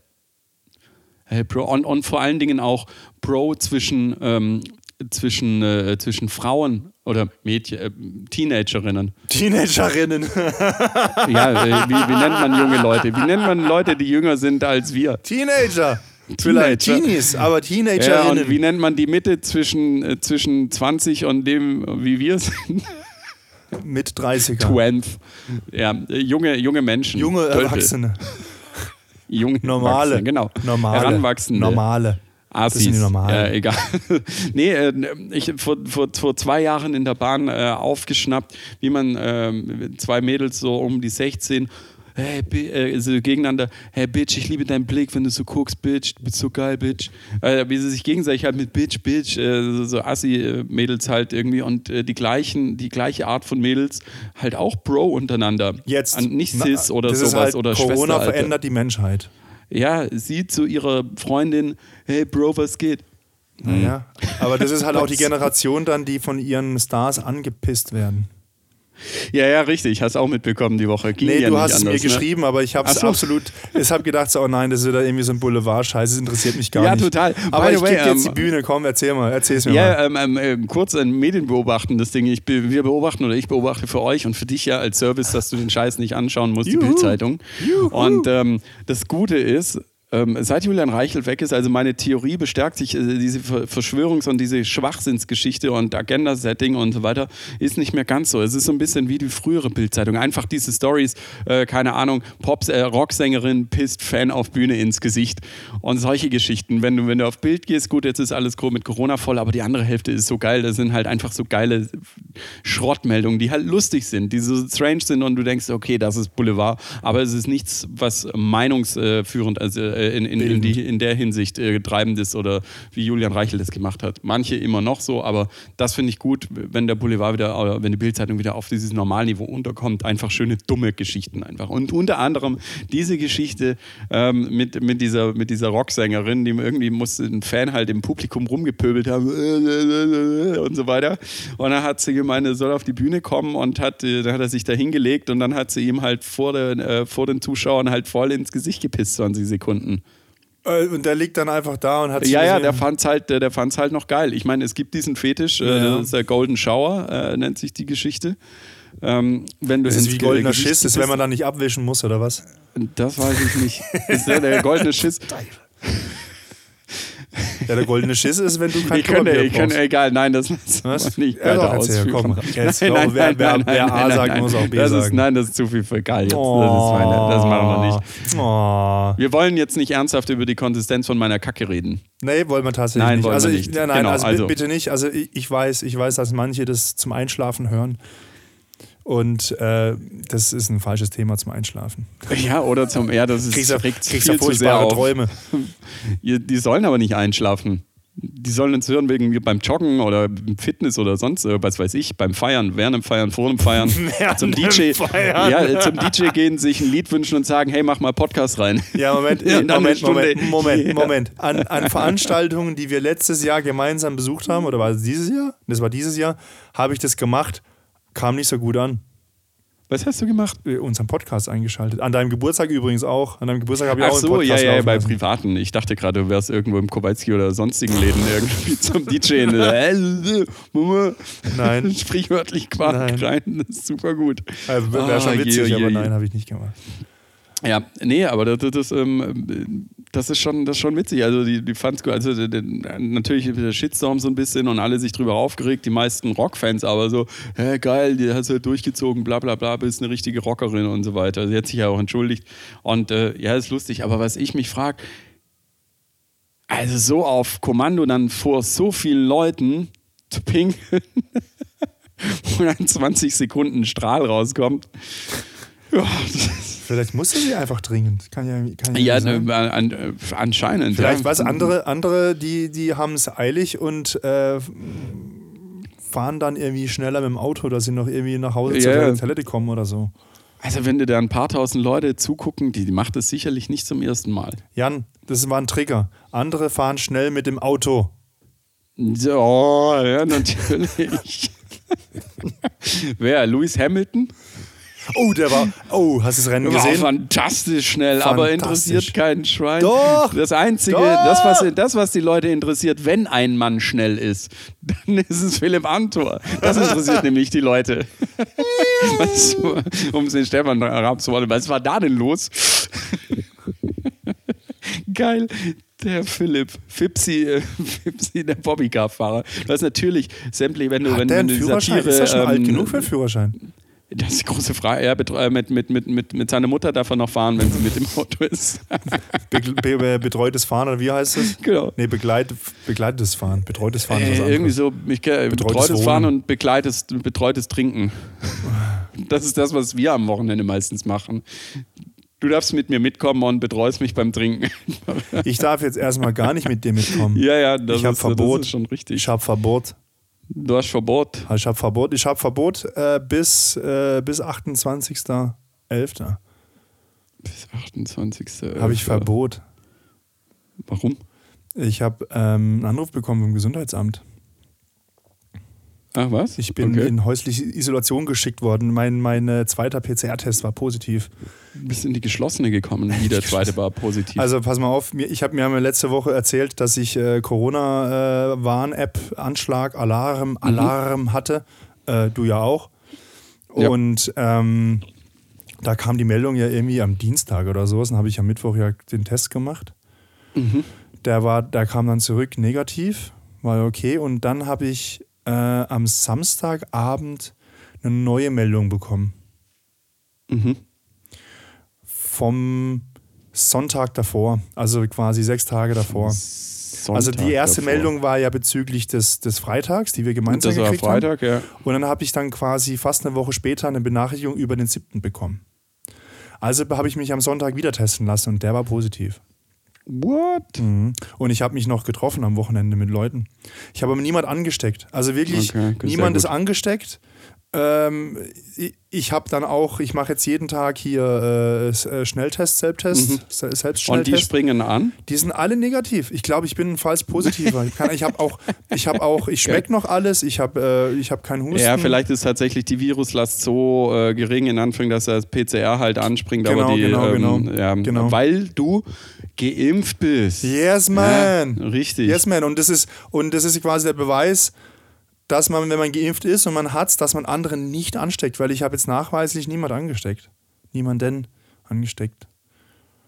A: Hey, Bro, und, und vor allen Dingen auch Bro zwischen, ähm, zwischen, äh, zwischen Frauen oder Mädchen, äh, Teenagerinnen.
B: Teenagerinnen.
A: Ja, äh, wie, wie nennt man junge Leute? Wie nennt man Leute, die jünger sind als wir?
B: Teenager.
A: Vielleicht.
B: Vielleicht Teenies, aber
A: Ja, und
B: Teenagerinnen.
A: wie nennt man die Mitte zwischen, äh, zwischen 20 und dem, wie wir es sind?
B: mit 30
A: Twelve. Ja, äh, junge, junge Menschen.
B: Junge
A: Tölpel.
B: Erwachsene.
A: Junge
B: Normale.
A: Erwachsene, genau.
B: Normale.
A: Heranwachsende.
B: Normale.
A: Assis.
B: Das sind die normalen.
A: Äh, egal. nee, äh, ich habe vor, vor, vor zwei Jahren in der Bahn äh, aufgeschnappt, wie man ähm, zwei Mädels so um die 16 Hey, bi- äh, so gegeneinander, hey Bitch, ich liebe deinen Blick, wenn du so guckst, Bitch, du bist so geil, Bitch. Äh, wie sie sich gegenseitig halt mit Bitch, Bitch, äh, so, so Assi-Mädels halt irgendwie und äh, die gleichen, die gleiche Art von Mädels halt auch Bro untereinander.
B: Jetzt.
A: An, nicht Cis
B: Na,
A: oder
B: das ist
A: sowas
B: halt,
A: oder Schwester.
B: Corona
A: Alter
B: verändert die Menschheit.
A: ja, sie zu ihrer Freundin, hey Bro, was geht? Mhm.
B: Naja. Aber das ist halt auch die Generation dann, die von ihren Stars angepisst werden.
A: Ja, ja, richtig, hast auch mitbekommen die Woche. Ging
B: Nee,
A: ja
B: du
A: nicht
B: hast es
A: anders,
B: mir
A: ne?
B: geschrieben, aber ich habe
A: Ach
B: es
A: so.
B: absolut. Ich habe gedacht, so, oh nein, das ist wieder irgendwie so ein Boulevard-Scheiß, das interessiert mich gar
A: Ja,
B: nicht.
A: total.
B: Aber
A: By
B: ich
A: the way,
B: gebe jetzt die
A: ähm,
B: Bühne, komm, erzähl mal, erzähl's mir mal.
A: Ja, ähm, ähm, ähm, kurz ein medienbeobachtendes Ding. Ich, be- wir beobachten oder ich beobachte für euch und für dich ja als Service, dass du den Scheiß nicht anschauen musst, die
B: Juhu.
A: Bildzeitung.
B: Juhu.
A: Und ähm, das Gute ist, ähm, seit Julian Reichelt weg ist, also meine Theorie bestärkt sich, äh, diese Ver- Verschwörungs- und diese Schwachsinnsgeschichte und Agenda-Setting und so weiter, ist nicht mehr ganz so. Es ist so ein bisschen wie die frühere Bildzeitung. Einfach diese Stories, äh, keine Ahnung, Pops, äh, Rocksängerin pisst Fan auf Bühne ins Gesicht und solche Geschichten. Wenn du, wenn du auf Bild gehst, gut, jetzt ist alles gro- mit Corona voll, aber die andere Hälfte ist so geil. Das sind halt einfach so geile Schrottmeldungen, die halt lustig sind, die so strange sind und du denkst, okay, das ist Boulevard, aber es ist nichts, was meinungsführend, also äh, in, in, in, die, in der Hinsicht äh, treibend ist oder wie Julian Reichel das gemacht hat. Manche immer noch so, aber das finde ich gut, wenn der Boulevard wieder, oder wenn die Bildzeitung wieder auf dieses Normalniveau unterkommt, einfach schöne dumme Geschichten einfach. Und unter anderem diese Geschichte ähm, mit, mit dieser, mit dieser Rocksängerin, die irgendwie musste ein Fan halt im Publikum rumgepöbelt haben äh, äh, äh, und so weiter. Und dann hat sie gemeint, er soll auf die Bühne kommen und hat, äh, dann hat er sich da hingelegt und dann hat sie ihm halt vor den, äh, vor den Zuschauern halt voll ins Gesicht gepisst, 20 Sekunden.
B: Äh, Und der liegt dann einfach da und hat sich
A: Ja, ja,
B: gesehen.
A: der fand's halt, der, der fand's halt noch geil. Ich meine, es gibt diesen Fetisch, äh,
B: Ja.
A: das ist der Golden Shower, äh, nennt sich die Geschichte. Ähm, wenn du
B: Das ist
A: ins
B: wie goldener
A: Gesicht
B: Schiss, das, wenn man dann nicht abwischen muss, oder was?
A: bist- Das weiß ich nicht. Ist der, der goldene Schiss.
B: Ja, der goldene Schiss ist, wenn du kein
A: Ich könnte,
B: Klopapier
A: ich könnte,
B: brauchst.
A: egal, nein, das ist
B: Was?
A: nicht
B: Ja,
A: weiter
B: doch, erzähl,
A: ausführen.
B: komm, jetzt, doch, wer- wer- wer A sagt, muss auch B
A: das Ist,
B: sagen.
A: nein, das ist zu viel für geil jetzt. Das, ist meine, das machen wir nicht.
B: Oh.
A: Wir wollen jetzt nicht ernsthaft über die Konsistenz von meiner Kacke reden.
B: Nee, wollen wir tatsächlich
A: Nein,
B: nicht.
A: wollen
B: also
A: wir
B: ich,
A: nicht.
B: ja, nein,
A: Genau,
B: also, bi-
A: also.
B: bitte nicht. Also ich, ich weiß, ich weiß, dass manche das zum Einschlafen hören. Und äh, das ist ein falsches Thema zum Einschlafen.
A: Ja, oder zum, ja, das ist
B: Kriegst du
A: regt
B: kriegst
A: viel
B: du
A: zu sehr
B: furchtbare
A: auf.
B: Träume.
A: Ihr- Die sollen aber nicht einschlafen. die sollen uns hören wegen beim Joggen oder Fitness oder sonst äh, was weiß ich, beim Feiern, während dem Feiern, vor dem Feiern,
B: Während
A: zum
B: dem
A: DJ,
B: Feiern.
A: Ja, äh, zum DJ gehen, sich ein Lied wünschen und sagen, hey, mach mal Podcast rein.
B: Ja, Moment,
A: Ja, dann eine
B: Moment,
A: Stunde.
B: Moment, Moment,
A: Ja.
B: Moment. An, an Veranstaltungen, die wir letztes Jahr gemeinsam besucht haben, oder war es dieses Jahr? Das war dieses Jahr, habe ich das gemacht, kam nicht so gut an.
A: Was hast du gemacht?
B: Äh, Unseren Podcast eingeschaltet. An deinem Geburtstag übrigens auch. An deinem Geburtstag habe ich
A: Ach
B: auch
A: so,
B: einen
A: ja,
B: Podcast
A: ja,
B: laufen
A: bei
B: lassen.
A: privaten. Ich dachte gerade, du wärst irgendwo im Kowalski oder sonstigen Läden irgendwie zum DJ.
B: Nein.
A: Sprichwörtlich Quark
B: Nein.
A: rein, das ist super gut.
B: Äh, Wäre schon
A: Ah, je,
B: witzig,
A: je,
B: aber
A: je.
B: nein, habe ich nicht gemacht.
A: Ja, nee, aber das, das, das, ähm, das, ist, schon, das ist schon witzig. Also, die, die fand's gut. Also, der- der- natürlich der Shitstorm so ein bisschen und alle sich drüber aufgeregt, die meisten Rockfans aber so, hä, geil, die hast du halt durchgezogen, bla, bla, bla, bist eine richtige Rockerin und so weiter. Also, Sie hat sich ja auch entschuldigt. Und äh, ja, ist lustig. Aber was ich mich frage, also so auf Kommando dann vor so vielen Leuten zu pinkeln, wo dann 20 Sekunden Strahl rauskommt. Ja, das
B: Vielleicht musste sie einfach dringend. Kann ja, kann
A: ja,
B: nicht sein.
A: ne, an, an, anscheinend.
B: Vielleicht
A: ja.
B: was andere, andere, die, die haben es eilig und äh, fahren dann irgendwie schneller mit dem Auto, dass sie noch irgendwie nach Hause
A: Ja, ja.
B: zur Toilette kommen oder so.
A: Also, wenn dir da ein paar tausend Leute zugucken, die, die macht das sicherlich nicht zum ersten Mal.
B: Jan, das war ein Trigger. Andere fahren schnell mit dem Auto.
A: So, ja, natürlich. Wer? Lewis Hamilton?
B: Oh, der war. Oh, hast du das Rennen
A: War
B: gesehen?
A: fantastisch schnell, aber
B: Fantastisch.
A: interessiert keinen Schwein.
B: Doch!
A: Das Einzige,
B: Doch!
A: Das, was, das, was die Leute interessiert, wenn ein Mann schnell ist, dann ist es Philipp Antor. Das interessiert nämlich die Leute. was, um den Stefan herabzuholen. Was war da denn los? Geil. Der Philipp, Fipsi, äh, Fipsi der Bobbycar-Fahrer. Das ist natürlich sämtlich, wenn du, wenn,
B: Hat der
A: wenn
B: einen
A: du die
B: Führerschein?
A: Satire
B: ist er schon alt
A: ähm,
B: genug für einen Führerschein?
A: das ist die große Frage. Ja, betreu- äh, mit, mit, mit, mit, mit seiner Mutter darf er noch fahren, wenn sie mit dem Auto ist.
B: Be be be- betreutes Fahren oder wie heißt es?
A: genau.
B: Nee, begleit begleitetes Fahren. Betreutes Fahren.
A: Äh,
B: ist was
A: irgendwie
B: anderes.
A: so ich, kenn- betreutes
B: Wohnen.
A: Fahren und begleites, betreutes Trinken. Das ist das, was wir am Wochenende meistens machen. Du darfst mit mir mitkommen und betreust mich beim Trinken.
B: Ich darf jetzt erstmal gar nicht mit dir mitkommen.
A: ja, ja, das,
B: Ich hab
A: ist,
B: Verbot.
A: das ist schon richtig.
B: Ich habe Verbot.
A: Du hast Verbot.
B: Ich habe Verbot. Ich habe Verbot äh, bis, äh, bis 28.11.
A: Bis 28.
B: habe ich Verbot.
A: Äh, Warum?
B: Ich habe ähm, einen Anruf bekommen vom Gesundheitsamt.
A: Ach Ah, was?
B: Ich bin
A: okay.
B: in häusliche Isolation geschickt worden. Mein, mein äh, zweiter PCR-Test war positiv.
A: Bist in die geschlossene gekommen. Wie der zweite war positiv.
B: Also pass mal auf, mir, ich habe mir haben wir letzte Woche erzählt, dass ich äh, Corona-Warn-App-Anschlag,
A: Mhm.
B: Alarm, Alarm hatte. Äh, du ja auch.
A: Ja.
B: Und ähm, da kam die Meldung ja irgendwie am Dienstag oder sowas. Dann habe ich am Mittwoch ja den Test gemacht.
A: Mhm.
B: Der, war, der kam dann zurück negativ, war okay. Und dann habe ich äh, am Samstagabend eine neue Meldung bekommen.
A: mhm.
B: vom Sonntag davor, also quasi sechs Tage davor. also
A: Sonntag
B: die erste
A: davor.
B: Meldung war ja bezüglich des, des Freitags, die wir gemeinsam
A: Das war
B: gekriegt
A: Freitag, ja.
B: haben. Und dann habe ich dann quasi fast eine Woche später eine Benachrichtigung über den siebten bekommen. Also habe ich mich am Sonntag wieder testen lassen und der war positiv.
A: What?
B: Mhm. Und ich habe mich noch getroffen am Wochenende mit Leuten. Ich habe aber niemand angesteckt. Also wirklich,
A: Okay, sehr
B: niemand
A: gut.
B: ist angesteckt. Ähm, ich ich habe dann auch, ich mache jetzt jeden Tag hier äh, S- äh, Schnelltest, Selbsttest,
A: Mhm.
B: Se-
A: Und die
B: Selbstschnelltest. Die,
A: springen an.
B: sind alle negativ. Ich glaube, ich bin ein falsch positiver. ich kann- ich habe auch, ich habe auch, ich schmecke noch alles. Ich habe, äh, ich habe keinen Husten.
A: Ja, vielleicht ist tatsächlich die Viruslast so äh, gering in Anführung, dass das PCR halt anspringt, aber
B: Genau,
A: die,
B: genau,
A: ähm,
B: genau.
A: ja,
B: Genau.
A: weil du geimpft bist.
B: Yes, man.
A: Ja, richtig.
B: Yes, man. Und das ist, und das ist quasi der Beweis, dass man, wenn man geimpft ist und man hat's, dass man anderen nicht ansteckt, weil ich habe jetzt nachweislich niemand angesteckt. Niemanden angesteckt.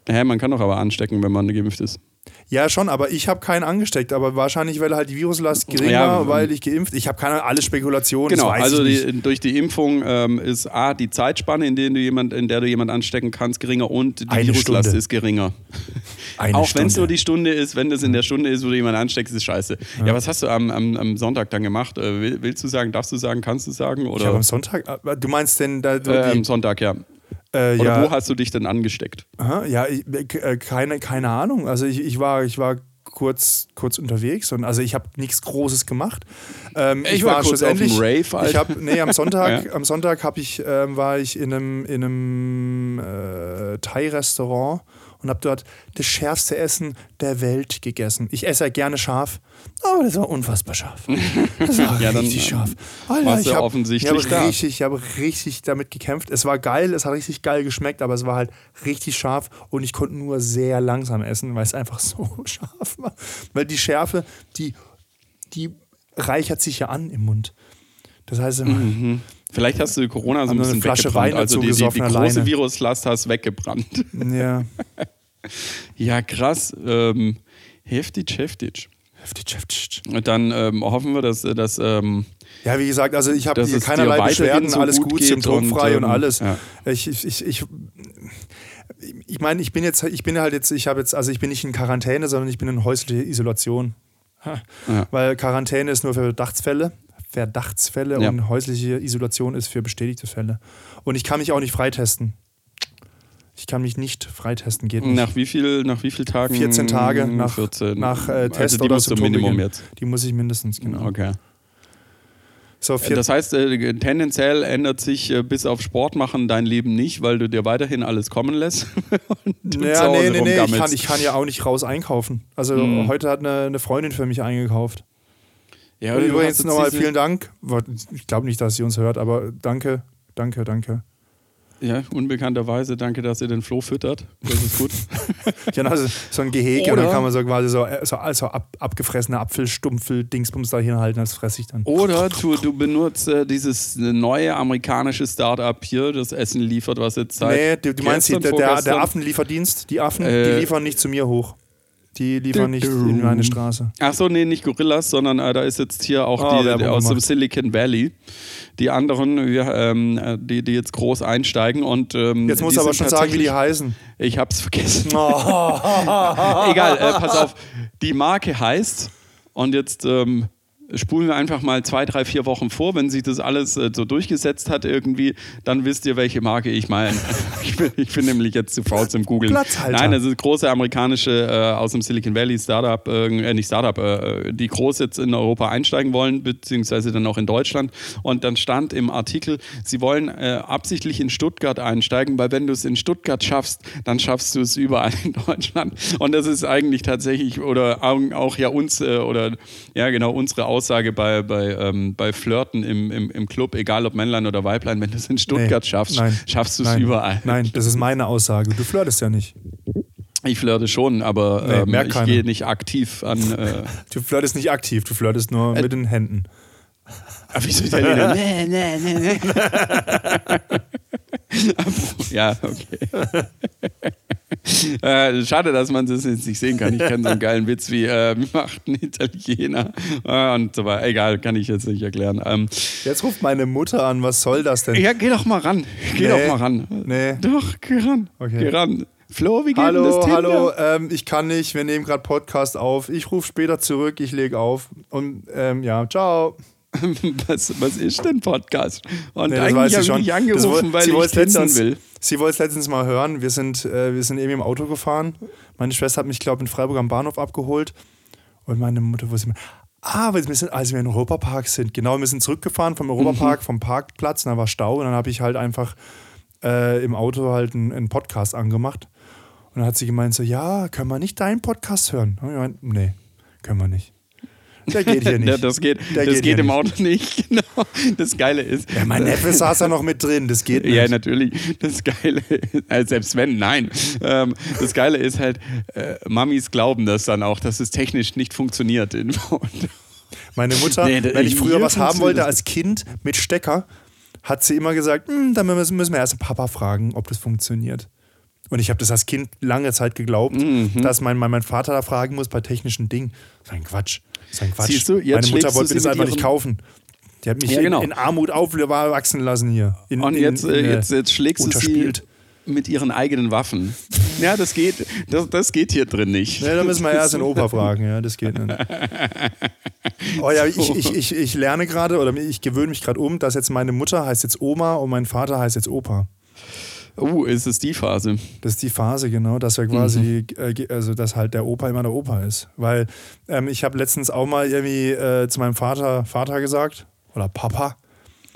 A: Hä, man kann doch aber anstecken, wenn man geimpft ist.
B: Ja, schon, aber ich habe keinen angesteckt, aber wahrscheinlich, weil halt die Viruslast gering
A: Ja, ähm,
B: war, weil ich geimpft. Ich habe keine alles Spekulationen,
A: Genau,
B: das weiß
A: also
B: ich nicht.
A: die, durch die Impfung ähm, ist A, die Zeitspanne, in, denen du jemand, in der du jemand anstecken kannst, geringer und die
B: Eine
A: Viruslast
B: Stunde.
A: ist geringer.
B: Eine
A: Auch wenn es
B: Stunde.
A: nur die Stunde ist, wenn es in der Stunde ist, wo du jemanden ansteckst, ist scheiße. Ja, was hast du am, am, am Sonntag dann gemacht? Äh, will- Willst du sagen, darfst du sagen, kannst du sagen?
B: Ich habe
A: Oder
B: am Sonntag, äh, du meinst denn, da, die,
A: äh, am Sonntag, ja.
B: äh,
A: Oder
B: ja,
A: wo hast du dich denn angesteckt?
B: äh, Aha, ja, ich, äh, keine, keine Ahnung. Also ich, ich war, ich war kurz, kurz unterwegs und also ich habe nichts Großes gemacht. Ähm,
A: Ich war kurz auf dem Rave, halt. Alter.
B: ich hab, nee, am Sonntag, am Sonntag hab ich, ähm, war ich in einem, in einem äh, Thai-Restaurant und habe dort das schärfste Essen der Welt gegessen. Ich esse ja gerne scharf, aber das war unfassbar scharf. Das war
A: Ja, dann,
B: richtig
A: äh,
B: scharf. Alter,
A: warst du
B: ich hab-
A: offensichtlich
B: ich
A: da.
B: habe richtig, ich habe richtig damit gekämpft. Es war geil, es hat richtig geil geschmeckt, aber es war halt richtig scharf und ich konnte nur sehr langsam essen, weil es einfach so scharf war. Weil die Schärfe, die, die reichert sich ja an im Mund. Das heißt,
A: Mhm. Vielleicht hast du Corona so ein
B: Hm. Haben wir eine
A: bisschen
B: Flasche
A: weggebrannt.
B: Wein
A: also die, die, die
B: dazugesoffen
A: große
B: alleine.
A: Viruslast hast weggebrannt.
B: ja,
A: ja, krass. Ähm, heftig, heftig.
B: heftig, heftig.
A: Und dann ähm, hoffen wir, dass, äh, dass ähm,
B: Ja, wie gesagt, also ich habe
A: Dass
B: hier
A: es dir
B: keinerlei
A: weiterhin
B: Beschwerden,
A: so
B: alles
A: gut
B: gut,
A: geht und,
B: symptomfrei und,
A: ähm,
B: alles.
A: ja.
B: Ich, ich, ich, ich, ich meine, ich bin jetzt, ich bin halt jetzt, ich habe jetzt, also ich bin nicht in Quarantäne, sondern ich bin in häuslicher Isolation. Ha.
A: Ja.
B: Weil Quarantäne ist nur für Verdachtsfälle, Verdachtsfälle
A: Ja.
B: und häusliche Isolation ist für bestätigte Fälle. Und ich kann mich auch nicht freitesten. Ich kann mich nicht freitesten, geht nicht.
A: nach wie viel, nach wie viel Tagen?
B: 14 Tage nach,
A: 14.
B: nach äh,
A: also
B: Test
A: die
B: oder
A: musst du
B: Symptome
A: Minimum
B: geben.
A: jetzt.
B: Die muss ich mindestens, genau.
A: Okay.
B: So, vier,
A: Das heißt, äh, tendenziell ändert sich äh, bis auf Sport machen dein Leben nicht, weil du dir weiterhin alles kommen lässt. und im
B: Ja,
A: Zuhause
B: nee, nee, nee, ich
A: rumgammelst.
B: kann, ich kann ja auch nicht raus einkaufen. Also
A: Hm.
B: heute hat eine, eine Freundin für mich eingekauft.
A: Ja,
B: Und
A: du hast
B: übrigens
A: jetzt
B: nochmal
A: diese-
B: vielen Dank. Ich glaube nicht, dass sie uns hört, aber danke, danke, danke.
A: Ja, unbekannterweise danke, dass ihr den Flo füttert. Das ist gut.
B: Ja, also so ein Gehege,
A: Oder-
B: dann kann man so quasi so, äh, so, also ab, abgefressene Apfelstumpfel, Dingsbums da hinhalten, das fresse ich dann.
A: Oder du, du benutzt äh, dieses neue amerikanische Startup hier, das Essen liefert, was jetzt seit.
B: nee, du, du meinst, die,
A: gestern,
B: der, der,
A: vorgestern-
B: der Affenlieferdienst, die Affen,
A: Äh,
B: die liefern nicht zu mir hoch. Die liefern
A: Du-
B: nicht in meine Straße.
A: Ach so, nee, nicht Gorillas, sondern äh, da ist jetzt hier auch
B: Ah,
A: die,
B: Werbung
A: die aus dem
B: gemacht.
A: Silicon Valley. Die anderen, wir, ähm, äh, die, die jetzt groß einsteigen und ähm,
B: Jetzt muss
A: die
B: aber
A: sind
B: schon sagen, wie die
A: tatsächlich-
B: heißen.
A: Ich hab's vergessen.
B: Oh.
A: Egal, äh, pass auf. Die Marke heißt, und jetzt ähm, spulen wir einfach mal zwei, drei, vier Wochen vor, wenn sich das alles äh, so durchgesetzt hat irgendwie, dann wisst ihr, welche Marke ich meine. ich, bin, ich bin nämlich jetzt zu faul zum Googeln.
B: Platzhalter.
A: Nein, also das ist große amerikanische äh, aus dem Silicon Valley Startup, äh, äh, nicht Startup, äh, die groß jetzt in Europa einsteigen wollen, beziehungsweise dann auch in Deutschland. Und dann stand im Artikel, sie wollen äh, absichtlich in Stuttgart einsteigen, weil wenn du es in Stuttgart schaffst, dann schaffst du es überall in Deutschland. Und das ist eigentlich tatsächlich oder auch, auch ja uns äh, oder ja genau unsere Aussage bei, bei, ähm, bei Flirten im, im, im Club, egal ob Männlein oder Weiblein, wenn du es in Stuttgart
B: Nee,
A: schaffst,
B: nein,
A: schaffst du es
B: nein,
A: überall.
B: Nein, das ist meine Aussage. Du flirtest ja nicht.
A: Ich flirte schon, aber
B: Nee,
A: ähm,
B: merkt
A: ich
B: keiner.
A: gehe nicht aktiv an. Äh,
B: Du flirtest nicht aktiv, du flirtest nur mit den Händen.
A: Ah, wieso ist der Lena? Nee, nee, nee, nee. ja, okay. äh, schade, dass man das jetzt nicht sehen kann. Ich kenne so einen geilen Witz wie, äh, wie macht ein Italiener? Äh, und so weiter. Egal, kann ich jetzt nicht erklären. Ähm,
B: Jetzt ruft meine Mutter an, was soll das denn?
A: ja, geh doch mal ran. Geh
B: Nee,
A: doch mal ran.
B: nee.
A: Doch, geh ran.
B: Okay.
A: Geh ran. Flo, wie geht denn das
B: hallo,
A: Tinder?
B: hallo, ähm, ich kann nicht, wir nehmen gerade Podcast auf. Ich rufe später zurück, ich lege auf. Und ähm, ja, ciao.
A: Was, was ist denn Podcast? Und
B: Nee, das weiß
A: eigentlich
B: sie
A: habe ich
B: schon.
A: dich angerufen,
B: Das woll-
A: weil
B: sie
A: ich
B: wollt's
A: tindern
B: letztens-
A: will.
B: Sie wollte es letztens mal hören. Wir sind, äh, wir sind eben im Auto gefahren. Meine Schwester hat mich, glaube ich, in Freiburg am Bahnhof abgeholt. Und meine Mutter wusste immer, ah, weil wir sind, als wir in Europapark sind. Genau, wir sind zurückgefahren vom Europapark,
A: Mhm.
B: vom Parkplatz. Und da war Stau. Und dann habe ich halt einfach äh, im Auto halt einen, einen Podcast angemacht. Und dann hat sie gemeint so, ja, können wir nicht deinen Podcast hören? Und ich meinte, nee, können wir nicht. Der geht hier nicht.
A: Ja, das geht,
B: Der
A: das geht,
B: geht ja
A: im
B: nicht.
A: Auto nicht. Genau. Das Geile ist.
B: ja, mein Neffe saß da noch mit drin, das geht nicht.
A: Ja, natürlich. Das Geile, also selbst wenn, nein. Ähm, das Geile ist halt, äh, Mamis glauben das dann auch, dass es technisch nicht funktioniert. in- Und
B: Meine Mutter,
A: Nee, da-
B: wenn ich früher
A: hier
B: was haben
A: funktioniert
B: wollte
A: das
B: als Kind mit Stecker, hat sie immer gesagt, "Hm, dann müssen müssen wir erst Papa fragen, ob das funktioniert. Und ich habe das als Kind lange Zeit geglaubt,
A: Mhm.
B: dass mein, mein, mein Vater da fragen muss bei technischen Dingen. Sein Quatsch. Sein Quatsch.
A: Siehst du, jetzt
B: Meine Mutter
A: schlägst du
B: wollte
A: sie
B: mir das
A: mit
B: einfach nicht
A: ihren-
B: kaufen. Die hat mich
A: Ja,
B: in-
A: genau.
B: in Armut aufwachsen lassen hier. In,
A: Und
B: in-
A: jetzt, äh,
B: in, äh,
A: jetzt, jetzt schlägst du sie
B: unterspielt.
A: mit ihren eigenen Waffen. Ja, das geht, das, das geht hier drin nicht.
B: Ja, da müssen wir erst den Opa fragen, ja, das geht nicht. Oh ja, ich, ich, ich, ich lerne gerade oder ich gewöhne mich gerade um, dass jetzt meine Mutter heißt jetzt Oma und mein Vater heißt jetzt Opa.
A: Oh, ist es die Phase?
B: Das ist die Phase, genau, dass wir quasi, äh, also dass halt der Opa immer der Opa ist. Weil ähm, ich habe letztens auch mal irgendwie äh, zu meinem Vater, Vater gesagt oder Papa.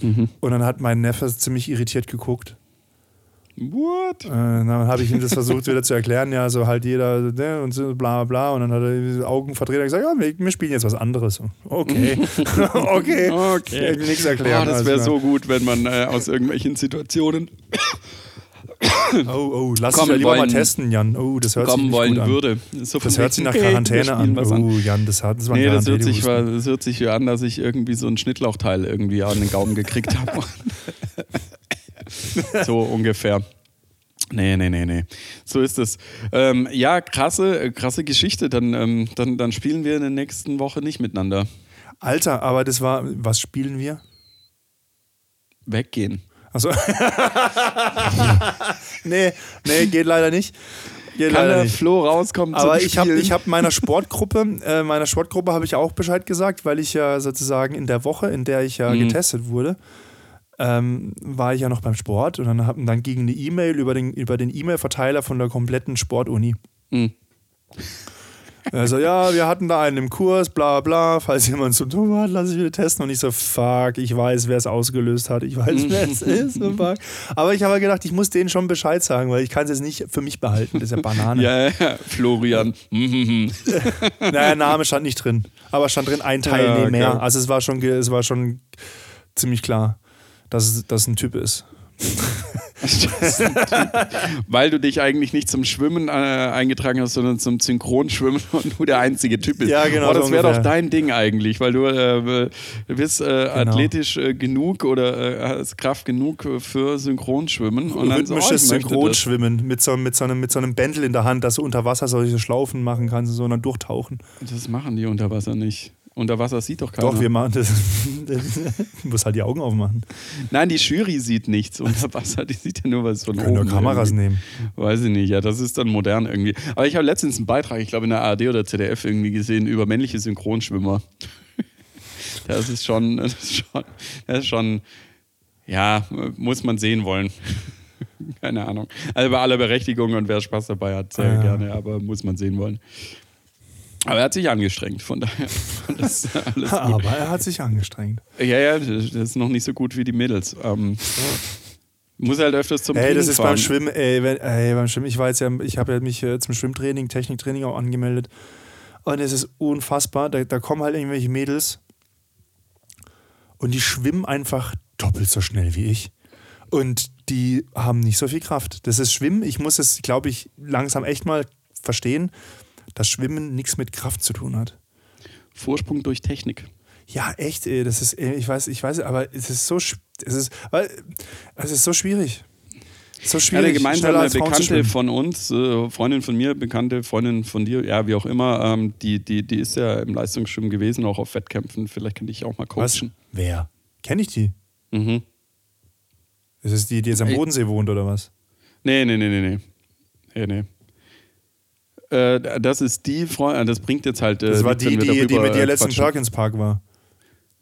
B: Und dann hat mein Neffe ziemlich irritiert geguckt.
A: What?
B: Äh, dann habe ich ihm das versucht wieder zu erklären, ja, so halt jeder ne, und so bla bla. Und dann hat er die Augen verdreht und gesagt, ja, wir, wir spielen jetzt was anderes. Okay. okay.
A: Okay.
B: Ich nichts erklären.
A: Ah, das wäre
B: also,
A: so gut, wenn man äh, aus irgendwelchen Situationen
B: Oh, oh, lass
A: Kommen
B: uns ja lieber mal
A: wollen.
B: testen, Jan. Oh, das hört sich
A: kommen
B: nicht
A: wollen
B: gut an.
A: würde. So von
B: Das hört sich
A: wegen,
B: nach
A: hey, wir
B: Quarantäne
A: spielen
B: an.
A: was
B: Oh, Jan, das hat das war ein
A: Nee, das hört, sich,
B: Quarantäne-
A: das hört sich an, dass ich irgendwie so ein Schnittlauchteil irgendwie an den Gaumen gekriegt habe. so ungefähr. Nee, nee, nee, nee. So ist es. Ähm, ja, krasse, äh, krasse Geschichte. Dann, ähm, dann, dann spielen wir in der nächsten Woche nicht miteinander.
B: Alter, aber das war, was spielen wir?
A: Weggehen.
B: Achso. nee, nee, geht leider nicht. Geht
A: Kann
B: leider
A: der
B: nicht.
A: Flo rauskommen
B: Aber
A: zum
B: ich habe
A: Spielen?
B: ich hab meiner Sportgruppe, äh, meiner Sportgruppe habe ich auch Bescheid gesagt, weil ich ja sozusagen in der Woche, in der ich ja
A: Mhm.
B: getestet wurde, ähm, war ich ja noch beim Sport und dann, hab, dann ging eine E-Mail über den über den E-Mail-Verteiler von der kompletten Sportuni.
A: Mhm.
B: Also ja, wir hatten da einen im Kurs, bla bla, falls jemand Symptome hat, lasse ich wieder testen. Und ich so, fuck, ich weiß, wer es ausgelöst hat, ich
A: Mhm.
B: weiß, wer es ist. und Fuck. Aber ich habe halt gedacht, ich muss denen schon Bescheid sagen, weil ich kann es jetzt nicht für mich behalten, das ist ja Banane.
A: Ja, ja, ja, Florian. Mhm.
B: Naja, Name stand nicht drin. Aber stand drin ein Teilnehmer.
A: Ja, okay.
B: Also es war schon, ge- es war schon ziemlich klar, dass es dass es ein Typ ist.
A: Weil du dich eigentlich nicht zum Schwimmen äh, eingetragen hast, sondern zum Synchronschwimmen und du der einzige Typ bist.
B: Ja, genau,
A: Oh, das
B: so
A: wäre doch
B: ungefähr. Genau.
A: dein Ding eigentlich, weil du äh, bist äh, athletisch äh, genug oder äh, hast Kraft genug äh, für Synchronschwimmen. Und dann so, oh,
B: Rhythmisches
A: ich möchte das.
B: Synchronschwimmen mit so, mit, so einem, mit so einem Bändel in der Hand, dass du unter Wasser solche Schlaufen machen kannst und so und dann durchtauchen.
A: Das machen die unter Wasser nicht. Unter Wasser sieht doch keiner.
B: Doch, wir machen das. du musst halt die Augen aufmachen.
A: Nein, die Jury sieht nichts unter Wasser. Die sieht ja nur was von
B: Wir können
A: oben.
B: nur Kameras
A: irgendwie.
B: nehmen.
A: Weiß ich nicht, ja, das ist dann modern irgendwie. Aber ich habe letztens einen Beitrag, ich glaube in der ARD oder ZDF irgendwie gesehen, über männliche Synchronschwimmer. Das ist schon, das ist schon, das ist schon ja, muss man sehen wollen. Keine Ahnung. Also bei aller Berechtigung und wer Spaß dabei hat, sehr
B: Ja.
A: gerne, aber muss man sehen wollen. Aber er hat sich angestrengt, von daher. Das ist alles gut.
B: Aber er hat sich angestrengt.
A: Ja, ja, das ist noch nicht so gut wie die Mädels. Ähm, muss halt öfters zum
B: Ey, das
A: Training
B: ist beim
A: fahren.
B: Schwimmen, ey, wenn, ey, beim Schwimmen, ich war jetzt ja, ich habe ja mich äh, zum Schwimmtraining, Techniktraining auch angemeldet. Und es ist unfassbar, da, da kommen halt irgendwelche Mädels und die schwimmen einfach doppelt so schnell wie ich. Und die haben nicht so viel Kraft. Das ist Schwimmen, ich muss es, glaube ich, langsam echt mal verstehen, dass Schwimmen nichts mit Kraft zu tun hat.
A: Vorsprung durch Technik.
B: Ja, echt, ey, das ist, ey, ich weiß, ich weiß, aber es ist so, sch- es ist, weil, es ist so schwierig. So schwierig.
A: Eine
B: schneller
A: gemeinsame
B: als Frauen zu
A: Bekannte
B: schwimmen.
A: von uns, äh, Freundin von mir, Bekannte, Freundin von dir, ja, wie auch immer, ähm, die, die, die ist ja im Leistungsschwimmen gewesen, auch auf Wettkämpfen. Vielleicht kann ich auch mal
B: Was?
A: coachen.
B: Wer? Kenne ich die?
A: Mhm.
B: Ist es die, die jetzt am
A: Ey.
B: Bodensee wohnt oder was?
A: Nee, nee, nee, nee, nee. nee, nee. Äh, das ist die Freundin, das bringt jetzt halt. Äh,
B: Das war
A: nichts,
B: die,
A: wenn wir
B: die, die
A: darüber,
B: mit dir
A: äh,
B: letzten
A: quatschen.
B: Perkins Park war.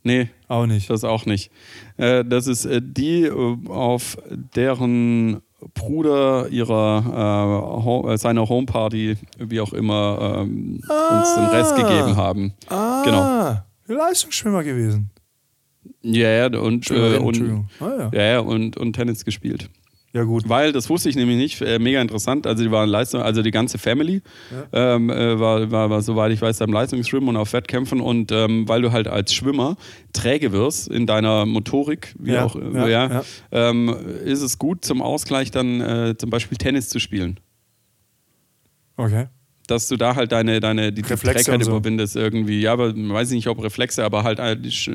A: Nee,
B: Auch nicht.
A: das auch nicht. Äh, das ist äh, die, äh, auf deren Bruder ihrer äh, Ho äh, seiner Homeparty, wie auch immer, ähm, uns den Rest
B: Ah.
A: gegeben haben.
B: Ah,
A: Genau.
B: Leistungsschwimmer gewesen.
A: Ja, ja, und, äh,
B: Schwimmerin,
A: und,
B: Entschuldigung. Ah, ja.
A: ja, ja, und, und Tennis gespielt.
B: ja, gut.
A: Weil, das wusste ich nämlich nicht, äh, mega interessant. Also, die waren Leistung, also die ganze Family ähm, äh, war, war, war, soweit ich weiß, am Leistungsschwimmen und auf Wettkämpfen. Und ähm, weil du halt als Schwimmer träge wirst in deiner Motorik, wie
B: Ja,
A: auch immer,
B: ja,
A: ja,
B: ja.
A: Ähm, ist es gut zum Ausgleich dann äh, zum Beispiel Tennis zu spielen.
B: Okay.
A: Dass du da halt deine, deine die, die
B: Reflexe
A: Trägheit
B: und so.
A: überwindest irgendwie. Ja, aber weiß ich nicht, ob Reflexe, aber halt äh, die Sch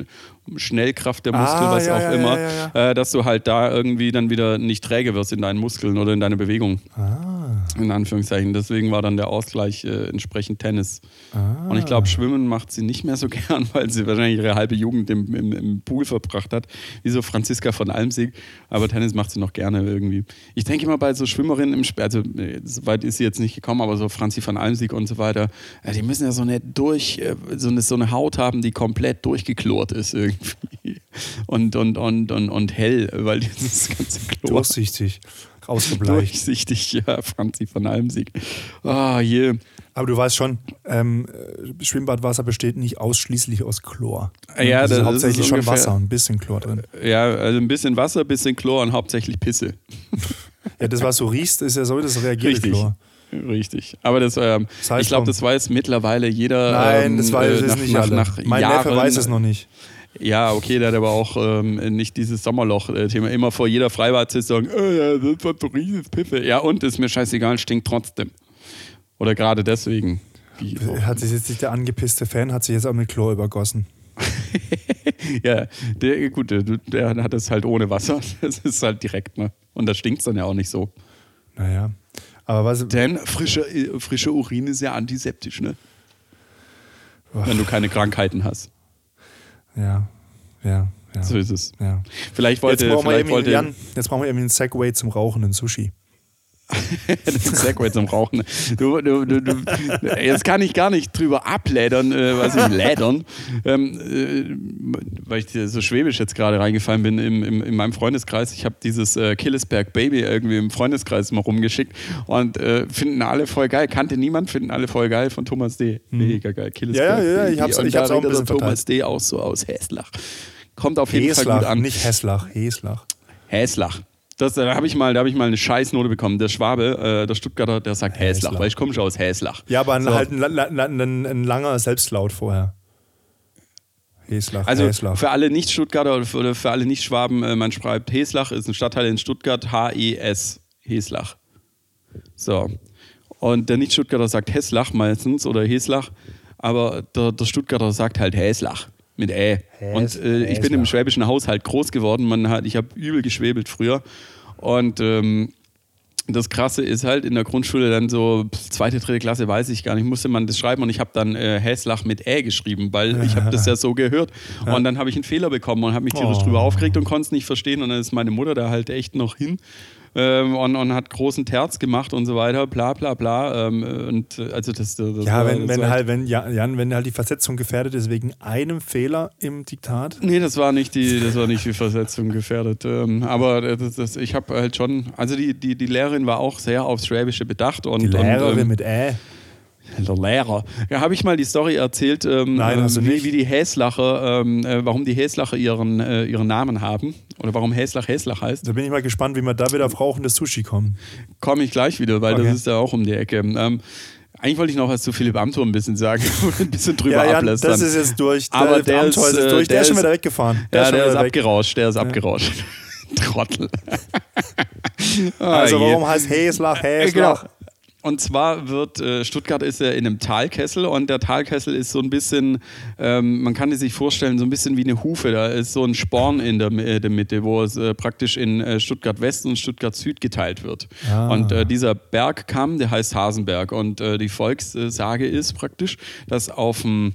A: Schnellkraft der Muskel,
B: Ah,
A: was
B: ja,
A: auch
B: ja,
A: immer.
B: ja, ja,
A: Äh, dass du halt da irgendwie dann wieder nicht träge wirst in deinen Muskeln oder in deiner Bewegung.
B: Ah,
A: In Anführungszeichen. Deswegen war dann der Ausgleich äh, entsprechend Tennis.
B: ah.
A: Und ich glaube, Schwimmen macht sie nicht mehr so gern, weil sie wahrscheinlich ihre halbe Jugend im, im, im Pool verbracht hat, wie so Franziska von Almsig. Aber Tennis macht sie noch gerne irgendwie. Ich denke immer bei so Schwimmerinnen im Sport, also äh, so weit ist sie jetzt nicht gekommen, aber so Franzi von Almsig und so weiter, äh, die müssen ja so eine, durch, äh, so eine, so eine Haut haben, die komplett durchgeklort ist irgendwie. Und, und, und, und, und hell, weil dieses ganze Chlor.
B: Durchsichtig. ausgebleicht.
A: Durchsichtig, ja, Franzi von Almsieg. Ah, je.
B: Aber du weißt schon, ähm, äh, Schwimmbadwasser besteht nicht ausschließlich aus Chlor.
A: Ah ja,
B: Es
A: das
B: ist
A: ist
B: hauptsächlich schon
A: ungefähr-
B: Wasser und ein bisschen Chlor drin.
A: Ja, also ein bisschen Wasser, ein bisschen Chlor und hauptsächlich Pisse.
B: Ja, das, was du riechst, ist ja so das
A: Richtig.
B: Reagierchlor.
A: Richtig. Aber das, ähm,
B: heißt
A: ich glaube,
B: schon.
A: das weiß mittlerweile jeder.
B: Nein,
A: ähm,
B: das weiß
A: äh,
B: es
A: nach,
B: nicht
A: nach,
B: alle.
A: nach
B: Mein
A: Jahren,
B: Neffe weiß es noch nicht.
A: Ja, okay, der hat aber auch ähm, nicht dieses Sommerloch-Thema. Immer vor jeder Freibad-Saison, äh, ja, das war doch riesiges Piffe. Ja, und ist mir scheißegal, stinkt trotzdem. Oder gerade deswegen. Wie,
B: Äh, Hat sich jetzt nicht der angepisste Fan, hat sich jetzt auch mit Chlor übergossen.
A: ja, der, gut, der, der hat es halt ohne Wasser. Das ist halt direkt, ne? Und da stinkt es dann ja auch nicht so.
B: Naja. Aber was.
A: Denn frischer äh, frischer Urin ist ja antiseptisch, ne?
B: Ach.
A: Wenn du keine Krankheiten hast.
B: Ja. Ja. Ja.
A: So ist es.
B: ja.
A: Vielleicht wollte,
B: jetzt, brauchen wir
A: vielleicht
B: irgendwie,
A: wollte
B: Jan, jetzt brauchen wir irgendwie einen Segway zum rauchenden Sushi.
A: den Segway zum Rauchen. Du, du, du, du, jetzt kann ich gar nicht drüber ablädern, äh, was ich lädern, ähm, äh, weil ich dir so schwäbisch jetzt gerade reingefallen bin im, im, in meinem Freundeskreis. Ich habe dieses äh, Killesberg Baby irgendwie im Freundeskreis mal rumgeschickt und äh, finden alle voll geil. Kannte niemand, finden alle voll geil von Thomas D. Mega geil. Killesberg
B: Mhm. Ja, ja, ja,
A: Baby.
B: ich hab's-
A: Und
B: ich
A: da
B: hab's auch ein
A: redet
B: bisschen
A: der Thomas D. auch so aus Häslach. Kommt auf jeden Fall gut
B: Heslach,
A: an.
B: nicht Heslach, Heslach.
A: Häslach. Das, äh, da habe ich, mal- da hab ich mal eine Scheißnote bekommen. Der Schwabe, äh, der Stuttgarter, der sagt Häslach,
B: Häslach.
A: weil ich komme schon aus Häslach.
B: Ja, aber ein,
A: So.
B: halt ein, la- la- la- ein, ein langer Selbstlaut vorher. Heslach,
A: Also
B: Heslach.
A: für alle Nicht-Stuttgarter oder für, für alle Nicht-Schwaben, äh, man schreibt Heslach, ist ein Stadtteil in Stuttgart, H-E-S, Heslach. So. Und der Nicht-Stuttgarter sagt Häslach meistens oder Heslach, aber der, der Stuttgarter sagt halt Häslach mit Ä. Und äh, ich bin im
B: Häslach.
A: schwäbischen Haushalt groß geworden. Man hat, ich habe übel geschwebelt früher. Und ähm, das Krasse ist halt, in der Grundschule dann so pf, zweite, dritte Klasse, weiß ich gar nicht, musste man das schreiben und ich habe dann äh, Häslach mit Ä geschrieben, weil ich habe das ja so gehört. Und dann habe ich einen Fehler bekommen und habe mich tierisch
B: Oh.
A: drüber aufgeregt und konnte es nicht verstehen. Und dann ist meine Mutter da halt echt noch hin ähm, und, und hat großen Terz gemacht und so weiter, bla bla bla. Ähm, und äh, also das, das
B: Ja,
A: war-
B: wenn,
A: das
B: wenn
A: war
B: halt, wenn, ja, Jan, wenn halt die Versetzung gefährdet ist wegen einem Fehler im Diktat.
A: Nee, das war nicht die, das war nicht die Versetzung gefährdet. Ähm, aber das, das, ich habe halt schon, also die, die, die Lehrerin war auch sehr aufs Schwäbische bedacht und
B: Die Lehrerin
A: und, ähm,
B: mit Ä.
A: Der Lehrer. Ja, habe ich mal die Story erzählt, ähm,
B: Nein,
A: ähm,
B: hast du
A: wie,
B: nicht.
A: wie die Häslacher, ähm, äh, warum die Häslacher ihren, äh, ihren Namen haben oder warum Häslach Häslach heißt.
B: Da bin ich mal gespannt, wie wir da wieder auf rauchendes Sushi kommen.
A: Komme ich gleich wieder, weil
B: Okay.
A: das ist ja auch um die Ecke. Ähm, eigentlich wollte ich noch was zu Philipp Amthor ein bisschen sagen, ein bisschen drüber
B: ja, Jan, das
A: ablästern.
B: ist jetzt durch.
A: Aber
B: der,
A: der
B: Abenteuer
A: ist,
B: ist,
A: äh,
B: durch. Der,
A: der
B: ist schon
A: ist-
B: wieder weggefahren.
A: ja, der
B: schon
A: ist
B: wieder weg.
A: abgerauscht, der ist abgerauscht. Trottel. Ah,
B: Also
A: je.
B: warum heißt Häslach,
A: Genau.
B: Häslach?
A: Und zwar wird äh, Stuttgart ist ja in einem Talkessel und der Talkessel ist so ein bisschen, ähm, man kann es sich vorstellen, so ein bisschen wie eine Hufe. Da ist so ein Sporn in der, Mi- äh, der Mitte, wo es äh, praktisch in äh, Stuttgart West und Stuttgart Süd geteilt wird.
B: Ah.
A: Und äh, dieser Bergkamm, der heißt Hasenberg. Und äh, die Volkssage ist praktisch, dass auf dem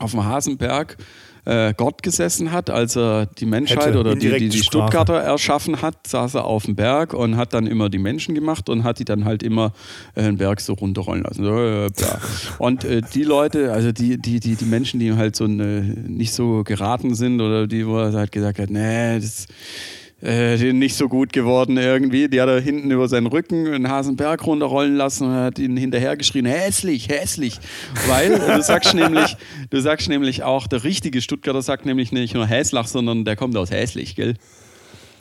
A: auf dem Hasenberg äh, Gott gesessen hat, als er die Menschheit
B: Hätte,
A: oder die,
B: indirekte
A: die, die
B: Sprache.
A: Stuttgarter erschaffen hat, saß er auf dem Berg und hat dann immer die Menschen gemacht und hat die dann halt immer äh, den Berg so runterrollen lassen. So, äh, bla. Und äh, die Leute, also die, die, die, die Menschen, die ihm halt so äh, nicht so geraten sind oder die, wo er halt gesagt hat, nee, das äh, die nicht so gut geworden irgendwie. Die hat er hinten über seinen Rücken einen Hasenberg runterrollen lassen und hat ihn hinterhergeschrien, hässlich, hässlich. Weil äh, du sagst nämlich, du sagst nämlich auch, der richtige Stuttgarter sagt nämlich nicht nur Häslach, sondern der kommt aus hässlich, gell?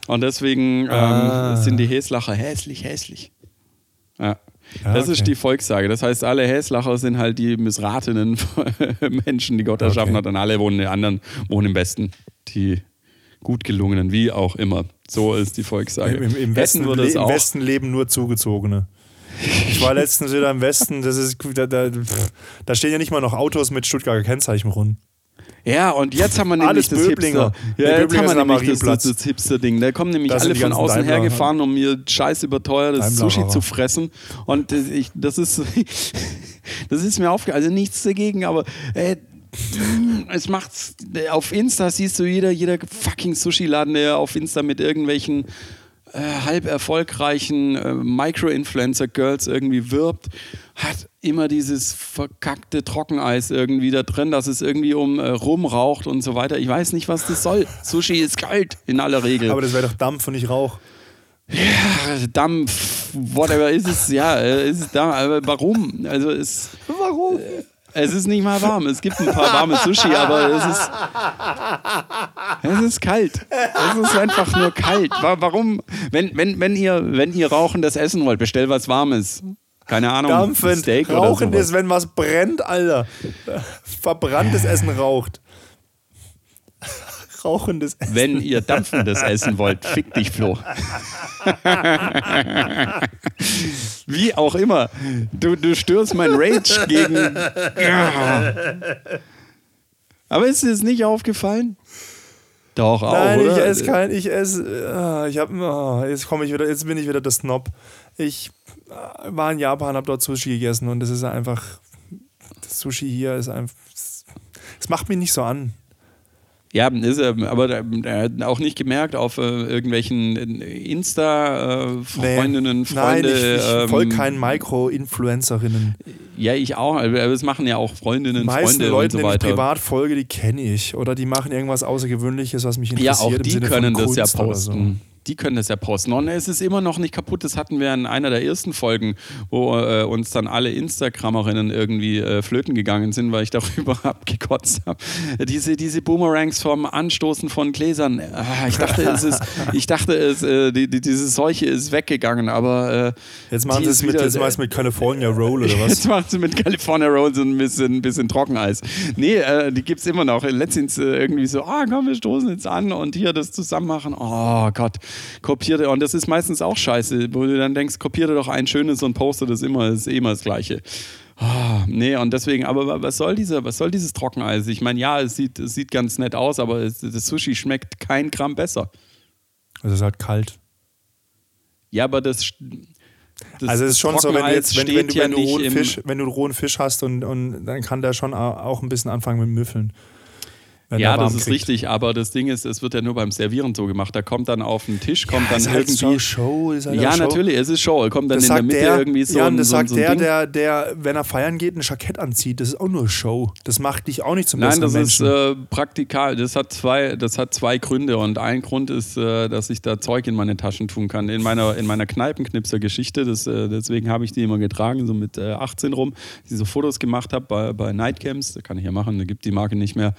A: Und deswegen ähm,
B: Ah.
A: sind die Häslacher hässlich, hässlich. Ja.
B: Ja,
A: das
B: Ah, okay.
A: ist die Volkssage. Das heißt, alle Häslacher sind halt die missratenen Menschen, die Gott erschaffen hat.
B: Okay.
A: Und alle wohnen, die anderen wohnen im Westen. Die gut gelungenen, wie auch immer. So ist die Volkssage.
B: Im, im, im, Westen,
A: Hessen würde
B: le-
A: es
B: Im
A: auch.
B: Westen leben nur Zugezogene. Ich war letztens wieder im Westen, das ist, da, da, pff, da stehen ja nicht mal noch Autos mit Stuttgarter Kennzeichen rum.
A: Ja, und jetzt haben wir nämlich
B: Alles
A: das
B: Böblinger.
A: Hipster.
B: Nee,
A: Ja, jetzt
B: Böblinger
A: haben
B: sind
A: wir
B: am
A: nämlich das, das,
B: Marienplatz.
A: das Hipster-Ding. Da kommen nämlich
B: Da sind
A: alle
B: die
A: von
B: ganzen
A: außen
B: Daimler.
A: hergefahren, um ihr scheiß überteuertes
B: Daimler-Fahrer.
A: Sushi zu fressen. Und äh, ich, das ist, das ist mir aufgefallen. Also nichts dagegen, aber äh, es macht's. Auf Insta siehst du jeder, jeder fucking Sushi-Laden, der auf Insta mit irgendwelchen äh, halb erfolgreichen äh, Micro-Influencer-Girls irgendwie wirbt, hat immer dieses verkackte Trockeneis irgendwie da drin, dass es irgendwie um äh, rumraucht und so weiter. Ich weiß nicht, was das soll. Sushi ist kalt in aller Regel.
B: Aber das wäre doch Dampf und nicht Rauch.
A: Ja, Dampf, whatever ist es, ja, äh, ist es Dampf, aber warum? Also es,
B: Warum?
A: es ist nicht mal warm. Es gibt ein paar warme Sushi, aber es ist. Es ist kalt. Es ist einfach nur kalt. Wa- Warum? Wenn, wenn, wenn ihr, wenn ihr rauchendes Essen wollt, bestell was Warmes. Keine Ahnung,
B: Dampfend.
A: Steak
B: Rauchen
A: oder
B: ist, wenn was brennt, Alter. Verbranntes Essen raucht. Rauchendes Essen.
A: wenn ihr dampfendes essen wollt, fick dich, Flo. Wie auch immer. Du, du störst mein Rage gegen. Aber ist dir das nicht aufgefallen? Doch, auch.
B: Nein, ich
A: oder?
B: esse kein, ich esse, äh, ich hab, oh, jetzt komme ich wieder, jetzt bin ich wieder der Snob. Ich äh, war in Japan, habe dort Sushi gegessen und das ist einfach, das Sushi hier ist einfach, es macht mich nicht so an.
A: Ja, ist er, aber äh, auch nicht gemerkt auf äh, irgendwelchen äh,
B: Nee.
A: Insta-Freundinnen, Freunde.
B: Nein, ich, ich folge
A: ähm,
B: keinen Micro-Influencerinnen.
A: Ja, ich auch. Aber das machen ja auch Freundinnen,
B: Die meisten
A: Freunde
B: Leute,
A: und so
B: denen ich
A: weiter.
B: privat folge, die kenne ich. Oder die machen irgendwas Außergewöhnliches, was mich
A: Ja,
B: interessiert.
A: auch
B: im
A: die
B: Sinne von
A: können das ja
B: Kunst oder so.
A: posten. Die können das ja posten. Und es ist immer noch nicht kaputt. Das hatten wir in einer der ersten Folgen, wo äh, uns dann alle Instagramerinnen irgendwie äh, flöten gegangen sind, weil ich darüber abgekotzt habe. Diese, diese Boomerangs vom Anstoßen von Gläsern. Ah, ich dachte, es ist, ich dachte, es, äh, die, die, diese Seuche ist weggegangen, aber äh,
B: Jetzt machen
A: die
B: sie
A: ist
B: es mit,
A: wieder-
B: jetzt machen sie es mit California Roll oder was?
A: Jetzt macht sie mit California Rolls ein bisschen, bisschen Trockeneis. Nee, äh, die gibt es immer noch. Letztens äh, irgendwie so, ah komm, wir stoßen jetzt an und hier das zusammen machen. Oh Gott, kopierte. Und das ist meistens auch scheiße, wo du dann denkst, kopierte doch ein schönes und poste das immer, ist eh immer das Gleiche. Ah, nee, und deswegen, aber wa- was soll, dieser, was soll dieses Trockeneis? Ich meine, ja, es sieht, es sieht ganz nett aus, aber es, das Sushi schmeckt kein Gramm besser.
B: Also es ist halt kalt.
A: Ja, aber das. sch- das-
B: also
A: das
B: es ist schon so, wenn du
A: Trockeneis
B: jetzt, wenn, wenn,
A: steht
B: du,
A: ja
B: wenn, du
A: nicht
B: rohen
A: im-
B: Fisch, wenn du rohen Fisch hast und, und dann kann der schon au- auch ein bisschen anfangen mit Müffeln. Wenn
A: Ja,
B: der
A: das
B: warm
A: ist
B: kriegt.
A: richtig, aber das Ding ist, es wird ja nur beim Servieren so gemacht. Da kommt dann auf den Tisch, kommt
B: Das
A: dann
B: ist halt
A: irgendwie.
B: so Show. Ist halt
A: ja,
B: Show.
A: natürlich, es ist Show. Kommt dann
B: Das
A: in der
B: sagt
A: Mitte
B: der,
A: irgendwie so
B: ja,
A: ein,
B: und das
A: so, ein-
B: sagt
A: so ein
B: der,
A: Ding.
B: der, der, wenn er feiern geht, ein Jackett anzieht. Das ist auch nur Show. Das macht dich auch nicht zum
A: Nein,
B: besseren
A: das ist
B: Menschen.
A: äh, praktikal. Das hat, zwei, das hat zwei Gründe. Und ein Grund ist, äh, dass ich da Zeug in meine Taschen tun kann. In meiner, in meiner Kneipenknipser-Geschichte, das, äh, deswegen habe ich die immer getragen, so mit äh, 18 rum, die so Fotos gemacht habe bei, bei Nightcamps. Da kann ich ja machen, da gibt die Marke nicht mehr.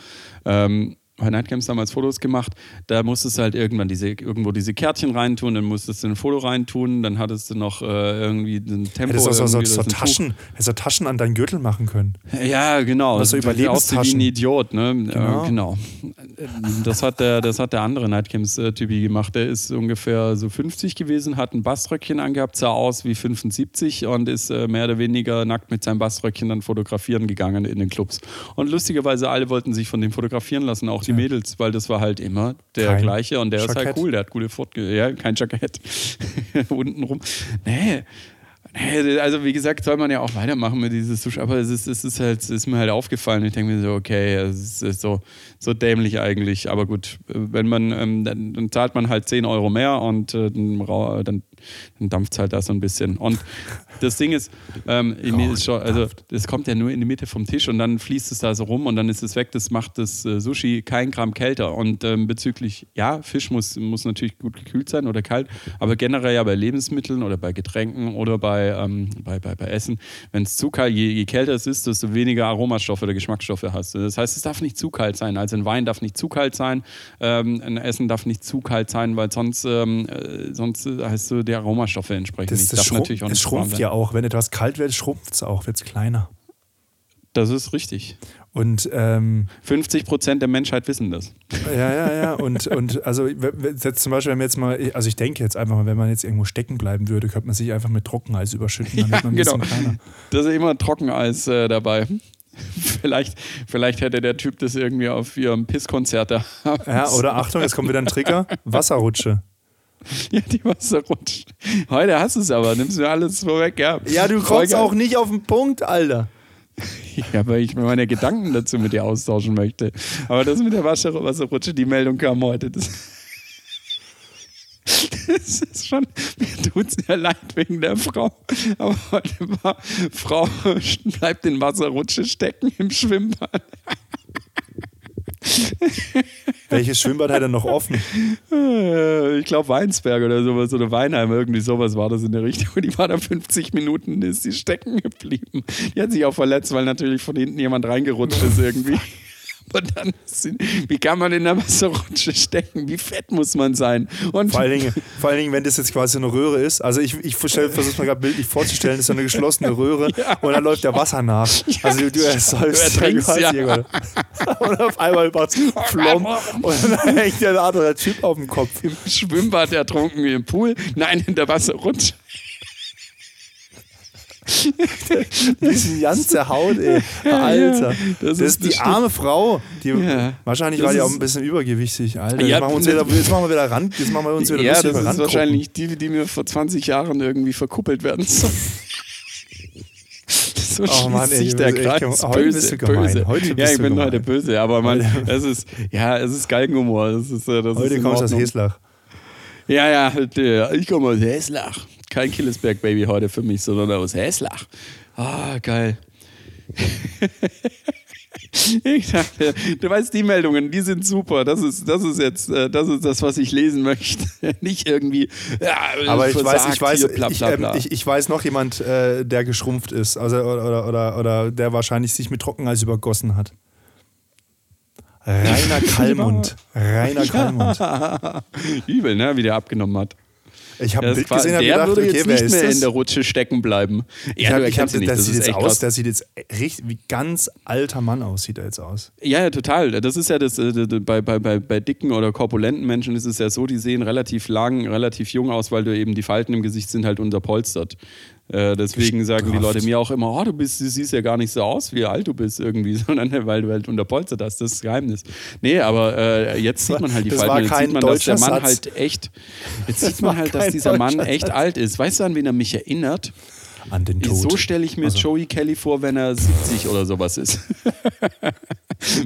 A: Ähm, bei Nightcamps damals Fotos gemacht, da musstest du halt irgendwann diese, irgendwo diese Kärtchen reintun, dann musstest du ein Foto reintun, dann hattest du noch äh, irgendwie ein Tempo.
B: Hättest du auch so, so,
A: irgendwie
B: so
A: oder ein Tuch.
B: Taschen, hättest du Taschen an deinen Gürtel machen können.
A: Ja, genau.
B: Das ist so
A: Du glaubst wie ein
B: Überlebenstaschen.
A: Idiot, ne? Genau.
B: Genau.
A: Äh, genau. Ähm, Das hat der, das hat der andere Nightcams-Typi gemacht. Der ist ungefähr so 50 gewesen, hat ein Baströckchen angehabt, sah aus wie 75 und ist äh, mehr oder weniger nackt mit seinem Baströckchen dann fotografieren gegangen in den Clubs. Und lustigerweise alle wollten sich von dem fotografieren lassen, auch die Mädels, weil das war halt immer der
B: Kein
A: gleiche und der ist halt
B: Jackett.
A: cool, der hat coole Fortge... Ja, kein Jackett. Unten rum. Nee. Nee, also wie gesagt, soll man ja auch weitermachen mit dieses Sushi, aber es ist, es ist halt, es ist mir halt aufgefallen. Ich denke mir so, okay, es ist so, so dämlich eigentlich. Aber gut, wenn man, ähm, dann, dann zahlt man halt 10 Euro mehr und äh, dann, rau- dann, dann dampft halt da so ein bisschen. Und das Ding ist, ähm, mir ist schon, also es kommt ja nur in die Mitte vom Tisch und dann fließt es da so rum und dann ist es weg. Das macht das äh, Sushi kein Gramm kälter. Und ähm, bezüglich, ja, Fisch muss, muss natürlich gut gekühlt sein oder kalt, aber generell ja bei Lebensmitteln oder bei Getränken oder bei, ähm, bei, bei, bei Essen, wenn es zu kalt, je, je kälter es ist, desto weniger Aromastoffe oder Geschmacksstoffe hast du. Das heißt, es darf nicht zu kalt sein. Also ein Wein darf nicht zu kalt sein, ähm, ein Essen darf nicht zu kalt sein, weil sonst, ähm, äh, sonst äh, hast du die Aromastoffe entsprechend
B: Das,
A: nicht.
B: das
A: Darf
B: schrumpft,
A: natürlich auch
B: es
A: nicht warm
B: schrumpft
A: sein.
B: ja auch. Wenn etwas kalt wird, schrumpft es auch, wird es kleiner.
A: Das ist richtig.
B: Und ähm,
A: 50 Prozent der Menschheit wissen das.
B: Ja, ja, ja. Und, und also w- w- jetzt zum Beispiel, wenn wir jetzt mal, also ich denke jetzt einfach mal, wenn man jetzt irgendwo stecken bleiben würde, könnte man sich einfach mit Trockeneis überschütten, damit man ein bisschen
A: genau.
B: kleiner.
A: Da ist immer Trockeneis äh, dabei. vielleicht, vielleicht hätte der Typ das irgendwie auf ihrem Pisskonzert da.
B: Ja, oder Achtung, jetzt kommt wieder ein Trigger, Wasserrutsche.
A: ja, die Wasserrutsch. Heute hast du es aber, nimmst mir alles vorweg, ja. Folge-
B: nicht auf den Punkt, Alter.
A: Ja, weil ich mir meine Gedanken dazu mit dir austauschen möchte. Aber das mit der Wasser Wasserrutsche, die Meldung kam heute. Das, das ist schon, mir tut sehr leid wegen der Frau. Aber heute war, Frau bleibt in Wasserrutsche stecken im Schwimmbad.
B: Welches Schwimmbad hat er noch offen?
A: Äh, Ich glaube Weinsberg oder sowas oder Weinheim, irgendwie sowas war das in der Richtung. Die war da 50 Minuten, ist die stecken geblieben. Die hat sich auch verletzt, weil natürlich von hinten jemand reingerutscht ist irgendwie. Aber dann, sind, wie kann man in einer Wasserrutsche stecken? Wie fett muss man sein? Und
B: Vor allen, Dingen, vor allen Dingen, wenn das jetzt quasi eine Röhre ist. Also ich, ich versuche es mir gerade bildlich vorzustellen, das ist so eine geschlossene Röhre und dann läuft der Wasser nach. Also du, du ersäufst
A: Du ertrinkst,
B: quasi
A: ja.
B: irgendwann. Und auf einmal macht's flom und dann hängt dir ein anderer Typ auf dem Kopf.
A: im Schwimmbad ertrunken, im Pool. Nein, in der Wasserrutsche.
B: Diese ganze Haut, ey. Alter.
A: das
B: Das,
A: ist
B: ist die arme Frau. Die,
A: Ja.
B: Wahrscheinlich
A: Das
B: war die auch
A: ist-
B: ein bisschen übergewichtig. Alter,
A: Ja,
B: jetzt, machen wir uns
A: das-
B: wieder, jetzt machen wir wieder ran. Jetzt machen wir uns wieder
A: Ja, das
B: lustig über
A: ist
B: Randgruppen.
A: wahrscheinlich die, die mir vor 20 Jahren irgendwie verkuppelt werden soll. So
B: Oh Mann,
A: schließt
B: ey,
A: sich
B: du
A: der
B: bist echt
A: Kreis.
B: gem- heute
A: böse,
B: bist du gemein.
A: böse.
B: Heute
A: ja,
B: bist
A: ich
B: du
A: bin
B: gemein.
A: heute böse, aber man, es ist, ja, es ist Galgenhumor. Das ist, äh, das ist
B: Heute
A: in
B: kommst du aus
A: Ordnung.
B: Heslach.
A: Ja, ja, halt, äh, ich komme aus Häslach. Kein Killesberg-Baby heute für mich, sondern aus Häslach. Ah, geil. Ich dachte, du weißt, die Meldungen, die sind super. Das ist, das ist jetzt, äh, das ist das, was ich lesen möchte. Nicht irgendwie. Ja,
B: Aber ich weiß,
A: Äh, versagt
B: ich weiß,
A: hier, bla,
B: ich,
A: bla,
B: ähm,
A: bla.
B: ich, ich weiß noch jemand, äh, der geschrumpft ist, also oder, oder, oder, oder der wahrscheinlich sich mit Trockeneis übergossen hat. Rainer Kallmund. Rainer Kallmund.
A: Übel, ne? Wie der abgenommen hat.
B: Ich habe ein
A: Das
B: Bild
A: war- der
B: gesehen, habe gedacht,
A: würde
B: okay,
A: jetzt
B: wer
A: nicht
B: ist
A: mehr in
B: das?
A: der Rutsche stecken bleiben.
B: Ich
A: Ja,
B: hab,
A: du
B: ich hab,
A: erkennst ihn nicht.
B: das, das
A: Das
B: sieht
A: ist
B: jetzt
A: echt
B: aus,
A: krass.
B: das sieht jetzt richtig, wie ganz alter Mann aussieht er jetzt aus.
A: Ja, ja, total. Das ist ja das, äh, d- d- bei, bei, bei, bei dicken oder korpulenten Menschen ist es ja so, die sehen relativ lang, relativ jung aus, weil du eben die Falten im Gesicht sind halt unterpolstert. Äh, deswegen sagen die
B: Gestrafft.
A: Leute mir auch immer, oh, du, bist, du siehst ja gar nicht so aus, wie alt du bist irgendwie, sondern weil du halt unterpolstert hast, das ist das Geheimnis. Nee, aber äh, jetzt sieht man halt die
B: Das
A: Falten.
B: war
A: Jetzt
B: kein
A: sieht man, dass der
B: deutscher
A: Mann
B: Satz.
A: halt echt, jetzt
B: Das
A: sieht man
B: war
A: halt, dass
B: kein
A: dieser Mann
B: deutscher
A: echt
B: Satz.
A: alt ist. Weißt du, an wen er mich erinnert?
B: An den Tod.
A: So stelle ich mir
B: Also-
A: Joey Kelly vor, wenn er 70 oder sowas ist.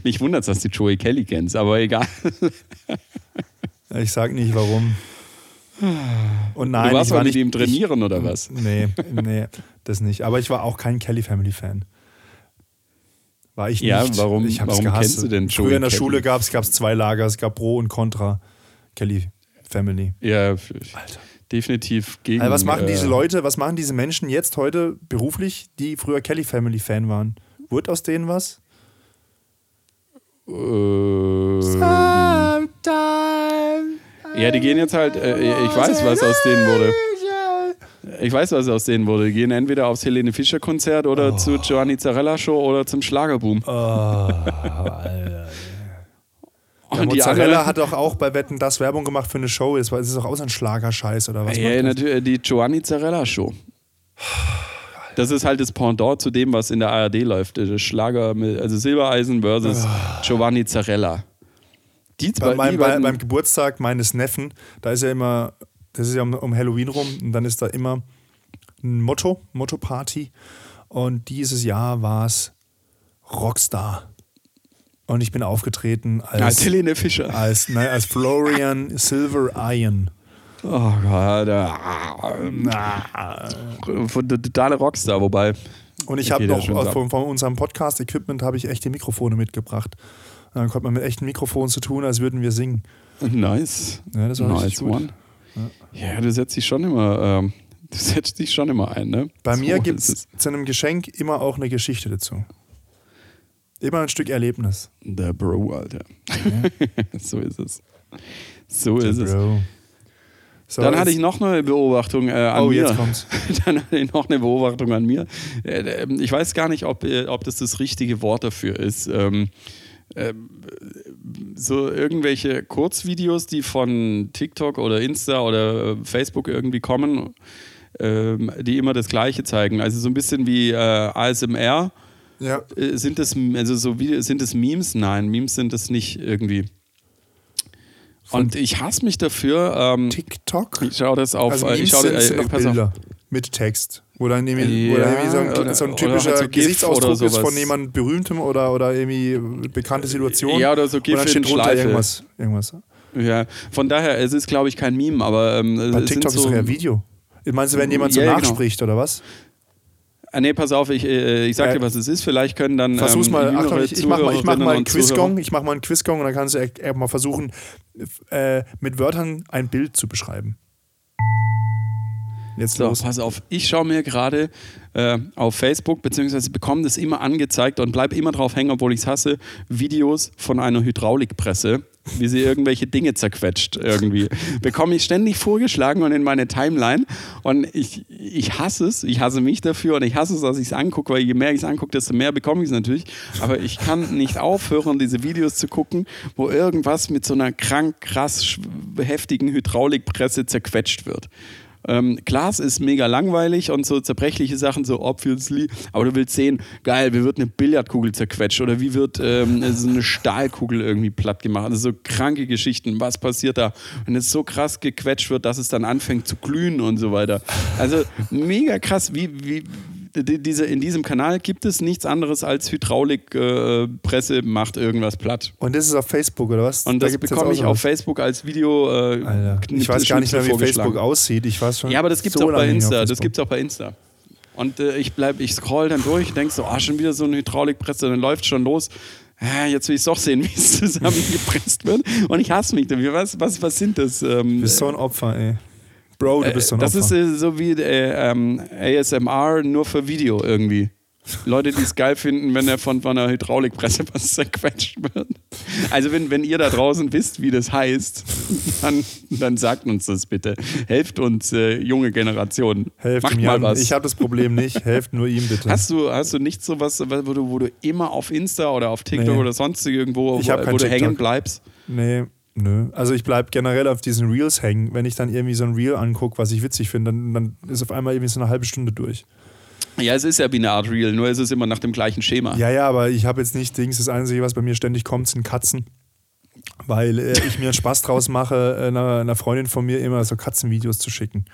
A: Mich wundert es, dass du Joey Kelly kennst, aber egal.
B: Ich sag nicht warum. Und nein,
A: Ah. du warst
B: ich
A: mal
B: war
A: mit
B: nicht
A: ihm trainieren oder was?
B: Nee, nee, das nicht. Aber ich war auch kein Kelly Family Fan. War ich nicht.
A: Ja, warum-
B: ich hab's
A: warum
B: gehasst.
A: kennst du denn Joey
B: Früher in der
A: Kelly?
B: Schule gab es zwei Lager. Es gab Pro und Contra Kelly Family.
A: Ja, f- definitiv gegen.
B: Also was machen
A: äh,
B: diese Leute, was machen diese Menschen jetzt heute beruflich, die früher Kelly Family Fan waren? Wird aus denen was?
A: Äh, ja, die gehen jetzt halt. Äh, ich weiß, was aus denen wurde. Ich weiß, was aus denen wurde. Die gehen entweder aufs Helene Fischer Konzert
B: Oh.
A: oder zu Giovanni Zarella Show oder zum Schlagerboom.
B: Der
A: Oh. Und die
B: Mozzarella
A: anderen-
B: hat doch auch bei Wetten das Werbung gemacht für eine Show. Das war- das ist doch auch so ein Schlagerscheiß oder was?
A: Ja,
B: macht das?
A: natürlich äh, die Giovanni Zarella Show. Das ist halt das Pendant zu dem, was in der ARD läuft. Das Schlager, mit, also Silbereisen versus
B: Ah.
A: Giovanni Zarella. Die zwei,
B: bei meinem,
A: die
B: bei,
A: beiden,
B: beim Geburtstag meines Neffen, da ist ja immer, das ist ja um, um Halloween rum und dann ist da immer ein Motto, Motto-Party. Und dieses Jahr war es Rockstar. Und ich bin aufgetreten
A: als
B: als,
A: Helene Ah, Fischer.
B: als, nein, als Florian Silver Iron.
A: Oh Gott, ah, von der totale Rockstar, wobei.
B: Und ich
A: Geht
B: habe
A: ja
B: noch
A: schon ab.
B: äh, von, von unserem Podcast-Equipment habe ich echte Mikrofone mitgebracht. Und dann konnte man mit echten Mikrofonen zu tun, als würden wir singen.
A: Nice.
B: Ja, das war
A: nice
B: richtig gut.
A: one. Ja. du setzt dich schon immer, ähm, du setzt dich schon immer ein, ne?
B: Bei mir
A: So
B: gibt
A: ist es.
B: es zu einem Geschenk immer auch eine Geschichte dazu. Immer ein Stück Erlebnis.
A: Der Bro, Alter. so ist es. So ist es.
B: Bro. So,
A: Dann hatte
B: jetzt-
A: ich noch eine Beobachtung äh, an
B: Oh,
A: mir.
B: jetzt kommt's.
A: Dann hatte ich noch eine Beobachtung an mir. Äh, äh, Ich weiß gar nicht, ob, äh, ob das das richtige Wort dafür ist. Ähm, ähm, so irgendwelche Kurzvideos, die von TikTok oder Insta oder äh, Facebook irgendwie kommen, ähm, die immer das Gleiche zeigen. Also so ein bisschen wie äh, ASMR.
B: Ja.
A: Äh, sind es also so wie sind es Memes? Nein, Memes sind es nicht irgendwie. Und ich hasse mich dafür. Ähm,
B: TikTok.
A: ich schaue das auf.
B: also
A: äh, ich
B: Memes
A: schaue,
B: sind, sind
A: äh,
B: noch
A: pass auf.
B: Bilder mit Text. Wo dann irgendwie,
A: Ja,
B: wo dann irgendwie so, ein,
A: oder-
B: so ein
A: oder halt
B: typischer
A: so GIF oder
B: Gesichtsausdruck ist
A: sowas.
B: von jemand Berühmtem oder, oder irgendwie bekannte Situation.
A: Ja, oder so GIF
B: Und dann
A: in
B: steht drunter
A: Schleife. Also
B: irgendwas. irgendwas.
A: Ja, von daher, es ist, glaube ich, kein Meme, aber ähm,
B: Bei
A: es
B: TikTok
A: sind
B: ist
A: so,
B: doch ja Video. Meinst du, wenn jemand so
A: Ja, ja, genau.
B: nachspricht oder was?
A: Ah, nee, pass auf, ich, äh, ich sag
B: Äh,
A: dir, was es ist. Vielleicht können dann. ähm,
B: Versuch's mal,
A: jüngere
B: ach, komm, ich, ich mach mal, ich mach
A: Zuhörerinnen
B: mal einen
A: und halt Zuhörer-
B: Quizgong, ich mach mal einen Quizgong und dann kannst du echt- echt mal versuchen, äh, mit Wörtern ein Bild zu beschreiben. Jetzt
A: So,
B: los.
A: pass auf, ich schaue mir gerade äh, auf Facebook, beziehungsweise bekomme das immer angezeigt und bleibe immer drauf hängen, obwohl ich es hasse, Videos von einer Hydraulikpresse, wie sie irgendwelche Dinge zerquetscht irgendwie. Bekomme ich ständig vorgeschlagen und in meine Timeline und ich, ich hasse es, ich hasse mich dafür und ich hasse es, dass ich es angucke, weil je mehr ich es angucke, desto mehr bekomme ich es natürlich, aber ich kann nicht aufhören, diese Videos zu gucken, wo irgendwas mit so einer krank, krass schw- heftigen Hydraulikpresse zerquetscht wird. Ähm, Glas ist mega langweilig und so zerbrechliche Sachen, so obviously. Aber du willst sehen, geil, wie wird eine Billardkugel zerquetscht oder wie wird ähm, so eine Stahlkugel irgendwie platt gemacht. Also so kranke Geschichten, was passiert da? Wenn es so krass gequetscht wird, dass es dann anfängt zu glühen und so weiter. Also mega krass, wie, wie die- diese, in diesem Kanal gibt es nichts anderes als Hydraulikpresse äh, Presse macht irgendwas platt.
B: Und das ist auf Facebook, oder was?
A: Und
B: Da
A: das
B: gibt's jetzt
A: bekomme
B: auch
A: ich
B: so
A: auf
B: was.
A: Facebook als Video. Äh,
B: Alter. Ich
A: Knipsel-
B: weiß gar nicht mehr, wie
A: Schnipsel
B: Facebook
A: vorgeschlagen.
B: aussieht. Ich weiß schon.
A: Ja, aber das gibt's
B: so
A: auch
B: lange
A: bei
B: nicht mehr
A: Insta.
B: auf
A: Das
B: Facebook.
A: gibt's auch bei Insta. Und äh, ich bleib, ich scroll dann durch, denk so, ah, schon wieder so eine Hydraulikpresse, dann läuft schon los. Ah, jetzt will ich doch sehen, wie es zusammengepresst wird. Und ich hasse mich dafür. Was, was, was sind das? Ähm,
B: Du bist so ein Opfer, ey. Bro, du
A: äh,
B: bist so ein
A: das
B: Opfer.
A: ist äh, so wie äh, ähm, ASMR nur für Video irgendwie. Leute, die es geil finden, wenn er von, von einer Hydraulikpresse was zerquetscht wird. Also wenn, wenn ihr da draußen wisst, wie das heißt, dann, dann sagt uns das bitte. Helft uns, äh, junge Generationen.
B: Helft
A: Macht
B: ihm,
A: mal
B: Jan.
A: was.
B: Ich habe das Problem nicht. Helft nur ihm, bitte.
A: hast, du, hast du nicht so was, wo du, wo du immer auf Insta oder auf TikTok
B: Nee.
A: oder sonst irgendwo,
B: Ich
A: wo,
B: hab kein
A: wo du
B: TikTok.
A: hängen bleibst?
B: Nee, nö. Also ich bleib generell auf diesen Reels hängen. Wenn ich dann irgendwie so ein Reel angucke, was ich witzig finde, dann, dann ist auf einmal irgendwie so eine halbe Stunde durch.
A: Ja, es ist ja wie eine Art Reel, nur es ist immer nach dem gleichen Schema.
B: Ja, ja, aber ich habe jetzt nicht Dings. Das Einzige, was bei mir ständig kommt, sind Katzen. Weil äh, ich mir einen Spaß draus mache, äh, einer, einer Freundin von mir immer so Katzenvideos zu schicken.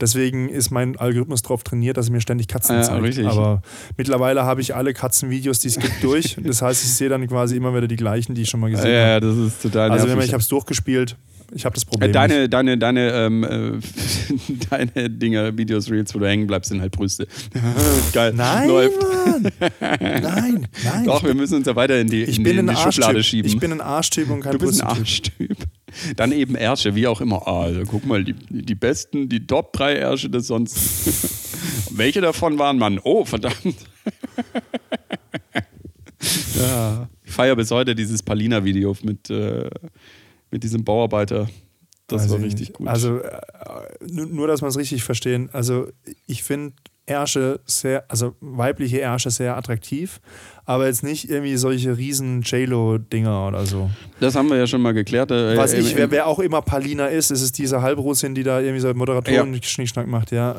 B: Deswegen ist mein Algorithmus darauf trainiert, dass er mir ständig Katzen
A: Ah Ja,
B: zeigt.
A: richtig.
B: Aber mittlerweile habe ich alle Katzenvideos, die es gibt, durch. Das heißt, ich sehe dann quasi immer wieder die gleichen, die ich schon mal gesehen habe.
A: ja, das ist total
B: Also wenn man,
A: nervig.
B: ich habe es durchgespielt. Ich habe das
A: Äh,
B: Problem. nicht.
A: Deine, deine, deine, ähm, äh, deine Dinger, Videos, Reels, wo du hängen bleibst, sind halt Brüste. Geil.
B: Nein,
A: Läuft.
B: Mann. Nein, nein.
A: Doch, wir müssen uns ja weiter in die,
B: ich
A: in
B: bin
A: die, in
B: ein
A: die Schublade
B: Arschtyp.
A: schieben.
B: Ich bin ein Arschtyp und
A: du
B: kein
A: bist ein
B: Brüstentyp.
A: Arschtyp. Dann eben Ärsche, wie auch immer. Ah, Also guck mal, die, die besten, die Top 3 Ärsche des sonst. Welche davon waren Mann? Oh, verdammt. ja. Ich feiere bis heute dieses Palina-Video mit, äh, mit diesem Bauarbeiter. Das
B: Weiß
A: war
B: ich
A: richtig
B: nicht.
A: gut.
B: Also äh, nur, nur, dass man es richtig verstehen. Also ich finde Ärsche sehr, also weibliche Ärsche sehr attraktiv, aber jetzt nicht irgendwie solche riesen JLo-Dinger oder so.
A: Das haben wir ja schon mal geklärt. Äh,
B: Was ich,
A: im-
B: wer, wer auch immer Palina ist, ist es diese Halbrusin, die da irgendwie so Moderatoren-Schnickschnack macht, ja.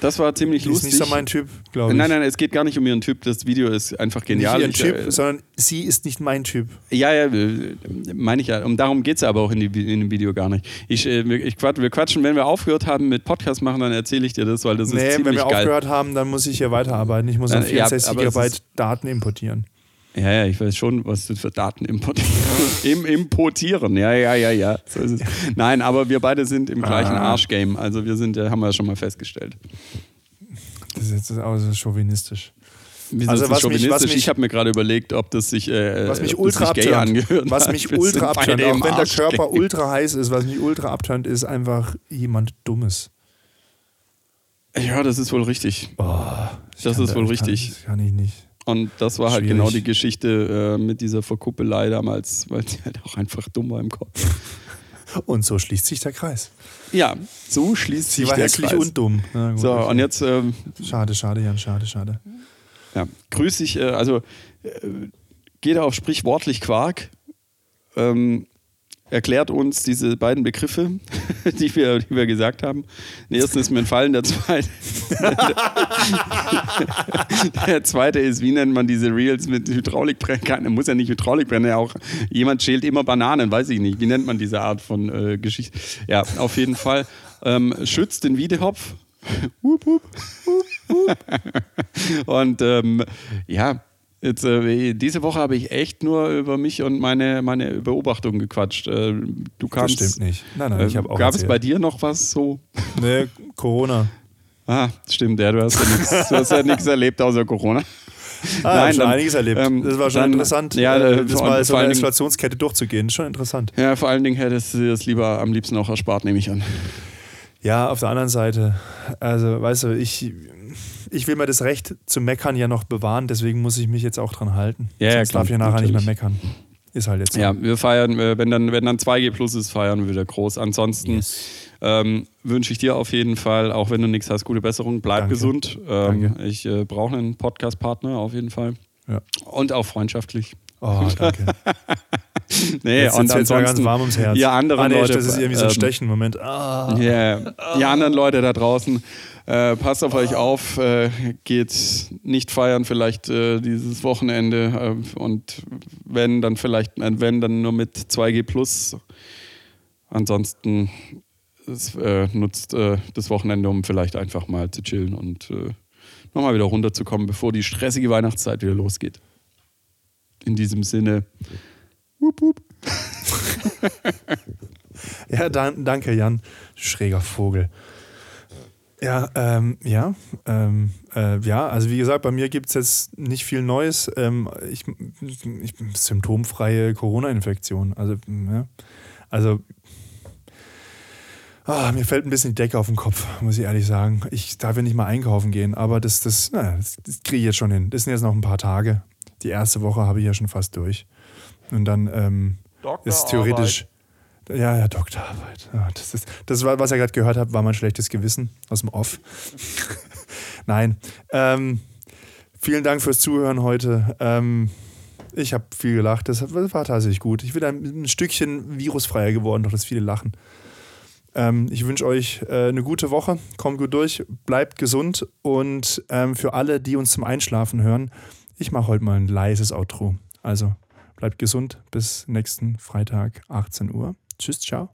A: das war ziemlich
B: Die ist
A: lustig.
B: nicht so mein Typ, glaube ich.
A: nein, nein, es geht gar nicht um ihren Typ. Das Video ist einfach genial.
B: nicht um ihren
A: Ich,
B: Typ, sondern sie ist nicht mein Typ.
A: äh, ja, ja, äh, meine ich ja. Und darum geht es aber auch in, die, in dem Video gar nicht. Ich, äh, wir- ich quatsch, wir quatschen, wenn wir aufgehört haben mit Podcast machen, dann erzähle ich dir das, weil das ist
B: Nee,
A: ziemlich
B: wenn wir
A: geil.
B: aufgehört haben, dann muss ich hier weiterarbeiten. Ich muss noch
A: Dann- ja,
B: 64
A: aber es
B: Gigabyte
A: ist-
B: Daten importieren.
A: Ja, ja, ich weiß schon, was du für Daten importieren. Im Importieren, ja, ja, ja, ja. So ist es. Nein, aber wir beide sind im gleichen
B: Ah.
A: Arschgame. Also wir sind, äh, haben wir ja schon mal festgestellt.
B: Das ist jetzt auch so chauvinistisch.
A: Wir sind so
B: Also was mich- was
A: chauvinistisch.
B: mich-
A: ich habe mir gerade überlegt, ob das sich, äh,
B: Was mich
A: ob das
B: ultra
A: sich gay
B: abtönt.
A: angehört
B: Was
A: hat.
B: mich
A: Wir sind
B: ultra
A: beide
B: abtönt.
A: im
B: Auch wenn der
A: Arsch.
B: Körper ultra heiß ist, was mich ultra abtönt, ist einfach jemand Dummes.
A: Ja, das ist wohl richtig.
B: Ich
A: Oh, Das
B: kann
A: ist wohl
B: ich kann-
A: richtig.
B: Das kann ich nicht.
A: Und das war halt
B: Schwierig.
A: genau die Geschichte äh, mit dieser Verkuppelei damals, weil die halt auch einfach dumm war im Kopf.
B: Und so schließt sich der Kreis.
A: Ja, so schließt
B: Sie
A: sich
B: war
A: der
B: hässlich
A: Kreis.
B: und dumm. Na gut,
A: so,
B: okay.
A: und jetzt ähm,
B: Schade, schade, Jan, schade, schade.
A: ja, grüß ich, äh, also äh, geht auf sprichwortlich Quark, ähm, erklärt uns diese beiden Begriffe, die wir, die wir gesagt haben. Der erste ist mir entfallen, der zweite, der zweite ist, wie nennt man diese Reels mit Hydraulikbrennen? Muss ja nicht Hydraulikbrennen, ja auch jemand schält immer Bananen, weiß ich nicht. Wie nennt man diese Art von äh, Geschichte? Ja, auf jeden Fall. Ähm, schützt den Wiedehopf. Wup, wup. Und ähm, ja, jetzt, äh, diese Woche habe ich echt nur über mich und meine, meine Beobachtungen gequatscht. Äh, du
B: Das
A: kannst.
B: stimmt nicht. Nein, nein,
A: Äh,
B: ich habe auch
A: Gab es bei
B: erzählt.
A: dir noch was so?
B: Nee, Corona.
A: Ah, stimmt, ja, du hast ja nichts, du hast ja nichts erlebt außer Corona.
B: Ah,
A: Nein,
B: Nein, schon
A: dann-
B: einiges erlebt.
A: ähm,
B: das war schon
A: dann-
B: interessant,
A: ja,
B: äh,
A: äh,
B: das
A: vor-
B: mal so
A: vor allen
B: eine
A: Dingen-
B: Inflationskette durchzugehen. Schon interessant.
A: Ja, vor allen Dingen hättest du dir das lieber am liebsten auch erspart, nehme ich an.
B: Ja, auf der anderen Seite, also weißt du, ich, ich will mir das Recht zu meckern ja noch bewahren, deswegen muss ich mich jetzt auch dran halten.
A: Ja, ja,
B: Sonst
A: klar,
B: darf ich nachher nicht
A: natürlich.
B: mehr meckern. Ist halt jetzt so.
A: Ja, wir feiern, äh, wenn dann, wenn dann 2G Plus ist, feiern wir wieder groß. Ansonsten ähm, wünsche ich dir auf jeden Fall, auch wenn du nichts hast, gute Besserung. Bleib
B: Danke.
A: gesund. Ähm,
B: Danke.
A: Ich äh, brauche einen Podcast-Partner auf jeden Fall.
B: Ja.
A: Und auch freundschaftlich.
B: Oh, danke.
A: Nee,
B: jetzt
A: und
B: jetzt wird's mir ganz
A: ansonsten,
B: warm ums Herz.
A: ihr anderen
B: ah, nee,
A: Leute,
B: Das ist irgendwie so ein
A: ähm,
B: Stechen. Moment. Ah.
A: Yeah. Die anderen Leute da draußen, äh, passt auf euch auf, äh, geht nicht feiern vielleicht äh, dieses Wochenende äh, und wenn, dann vielleicht, äh, wenn, dann nur mit 2G plus. Ansonsten es, äh, nutzt äh, das Wochenende, um vielleicht einfach mal zu chillen und äh, nochmal wieder runterzukommen, bevor die stressige Weihnachtszeit wieder losgeht. In diesem Sinne, wup, wup.
B: Ja, dan danke, Jan. Schräger Vogel. Ja, ähm, ja, ähm, äh, ja, also wie gesagt, bei mir gibt es jetzt nicht viel Neues. Ähm, ich, ich symptomfreie Corona-Infektion. Also, mm, ja. also ah, mir fällt ein bisschen die Decke auf den Kopf, muss ich ehrlich sagen. Ich darf ja nicht mal einkaufen gehen, aber das, das, na, das, das kriege ich jetzt schon hin. Das sind jetzt noch ein paar Tage. Die erste Woche habe ich ja schon fast durch. Und dann ähm, ist theoretisch. Ja, ja, Doktorarbeit. Ja, das, ist, das war, was ihr gerade gehört habt, war mein schlechtes Gewissen aus dem Off. Nein. Ähm, vielen Dank fürs Zuhören heute. Ähm, ich habe viel gelacht. Das war tatsächlich gut. Ich bin ein, ein Stückchen virusfreier geworden durch das viele Lachen. Ähm, ich wünsche euch äh, eine gute Woche. Kommt gut durch, bleibt gesund und ähm, für alle, die uns zum Einschlafen hören, ich mache heute mal ein leises Outro. Also bleibt gesund bis nächsten Freitag 18 Uhr. Tschüss, ciao.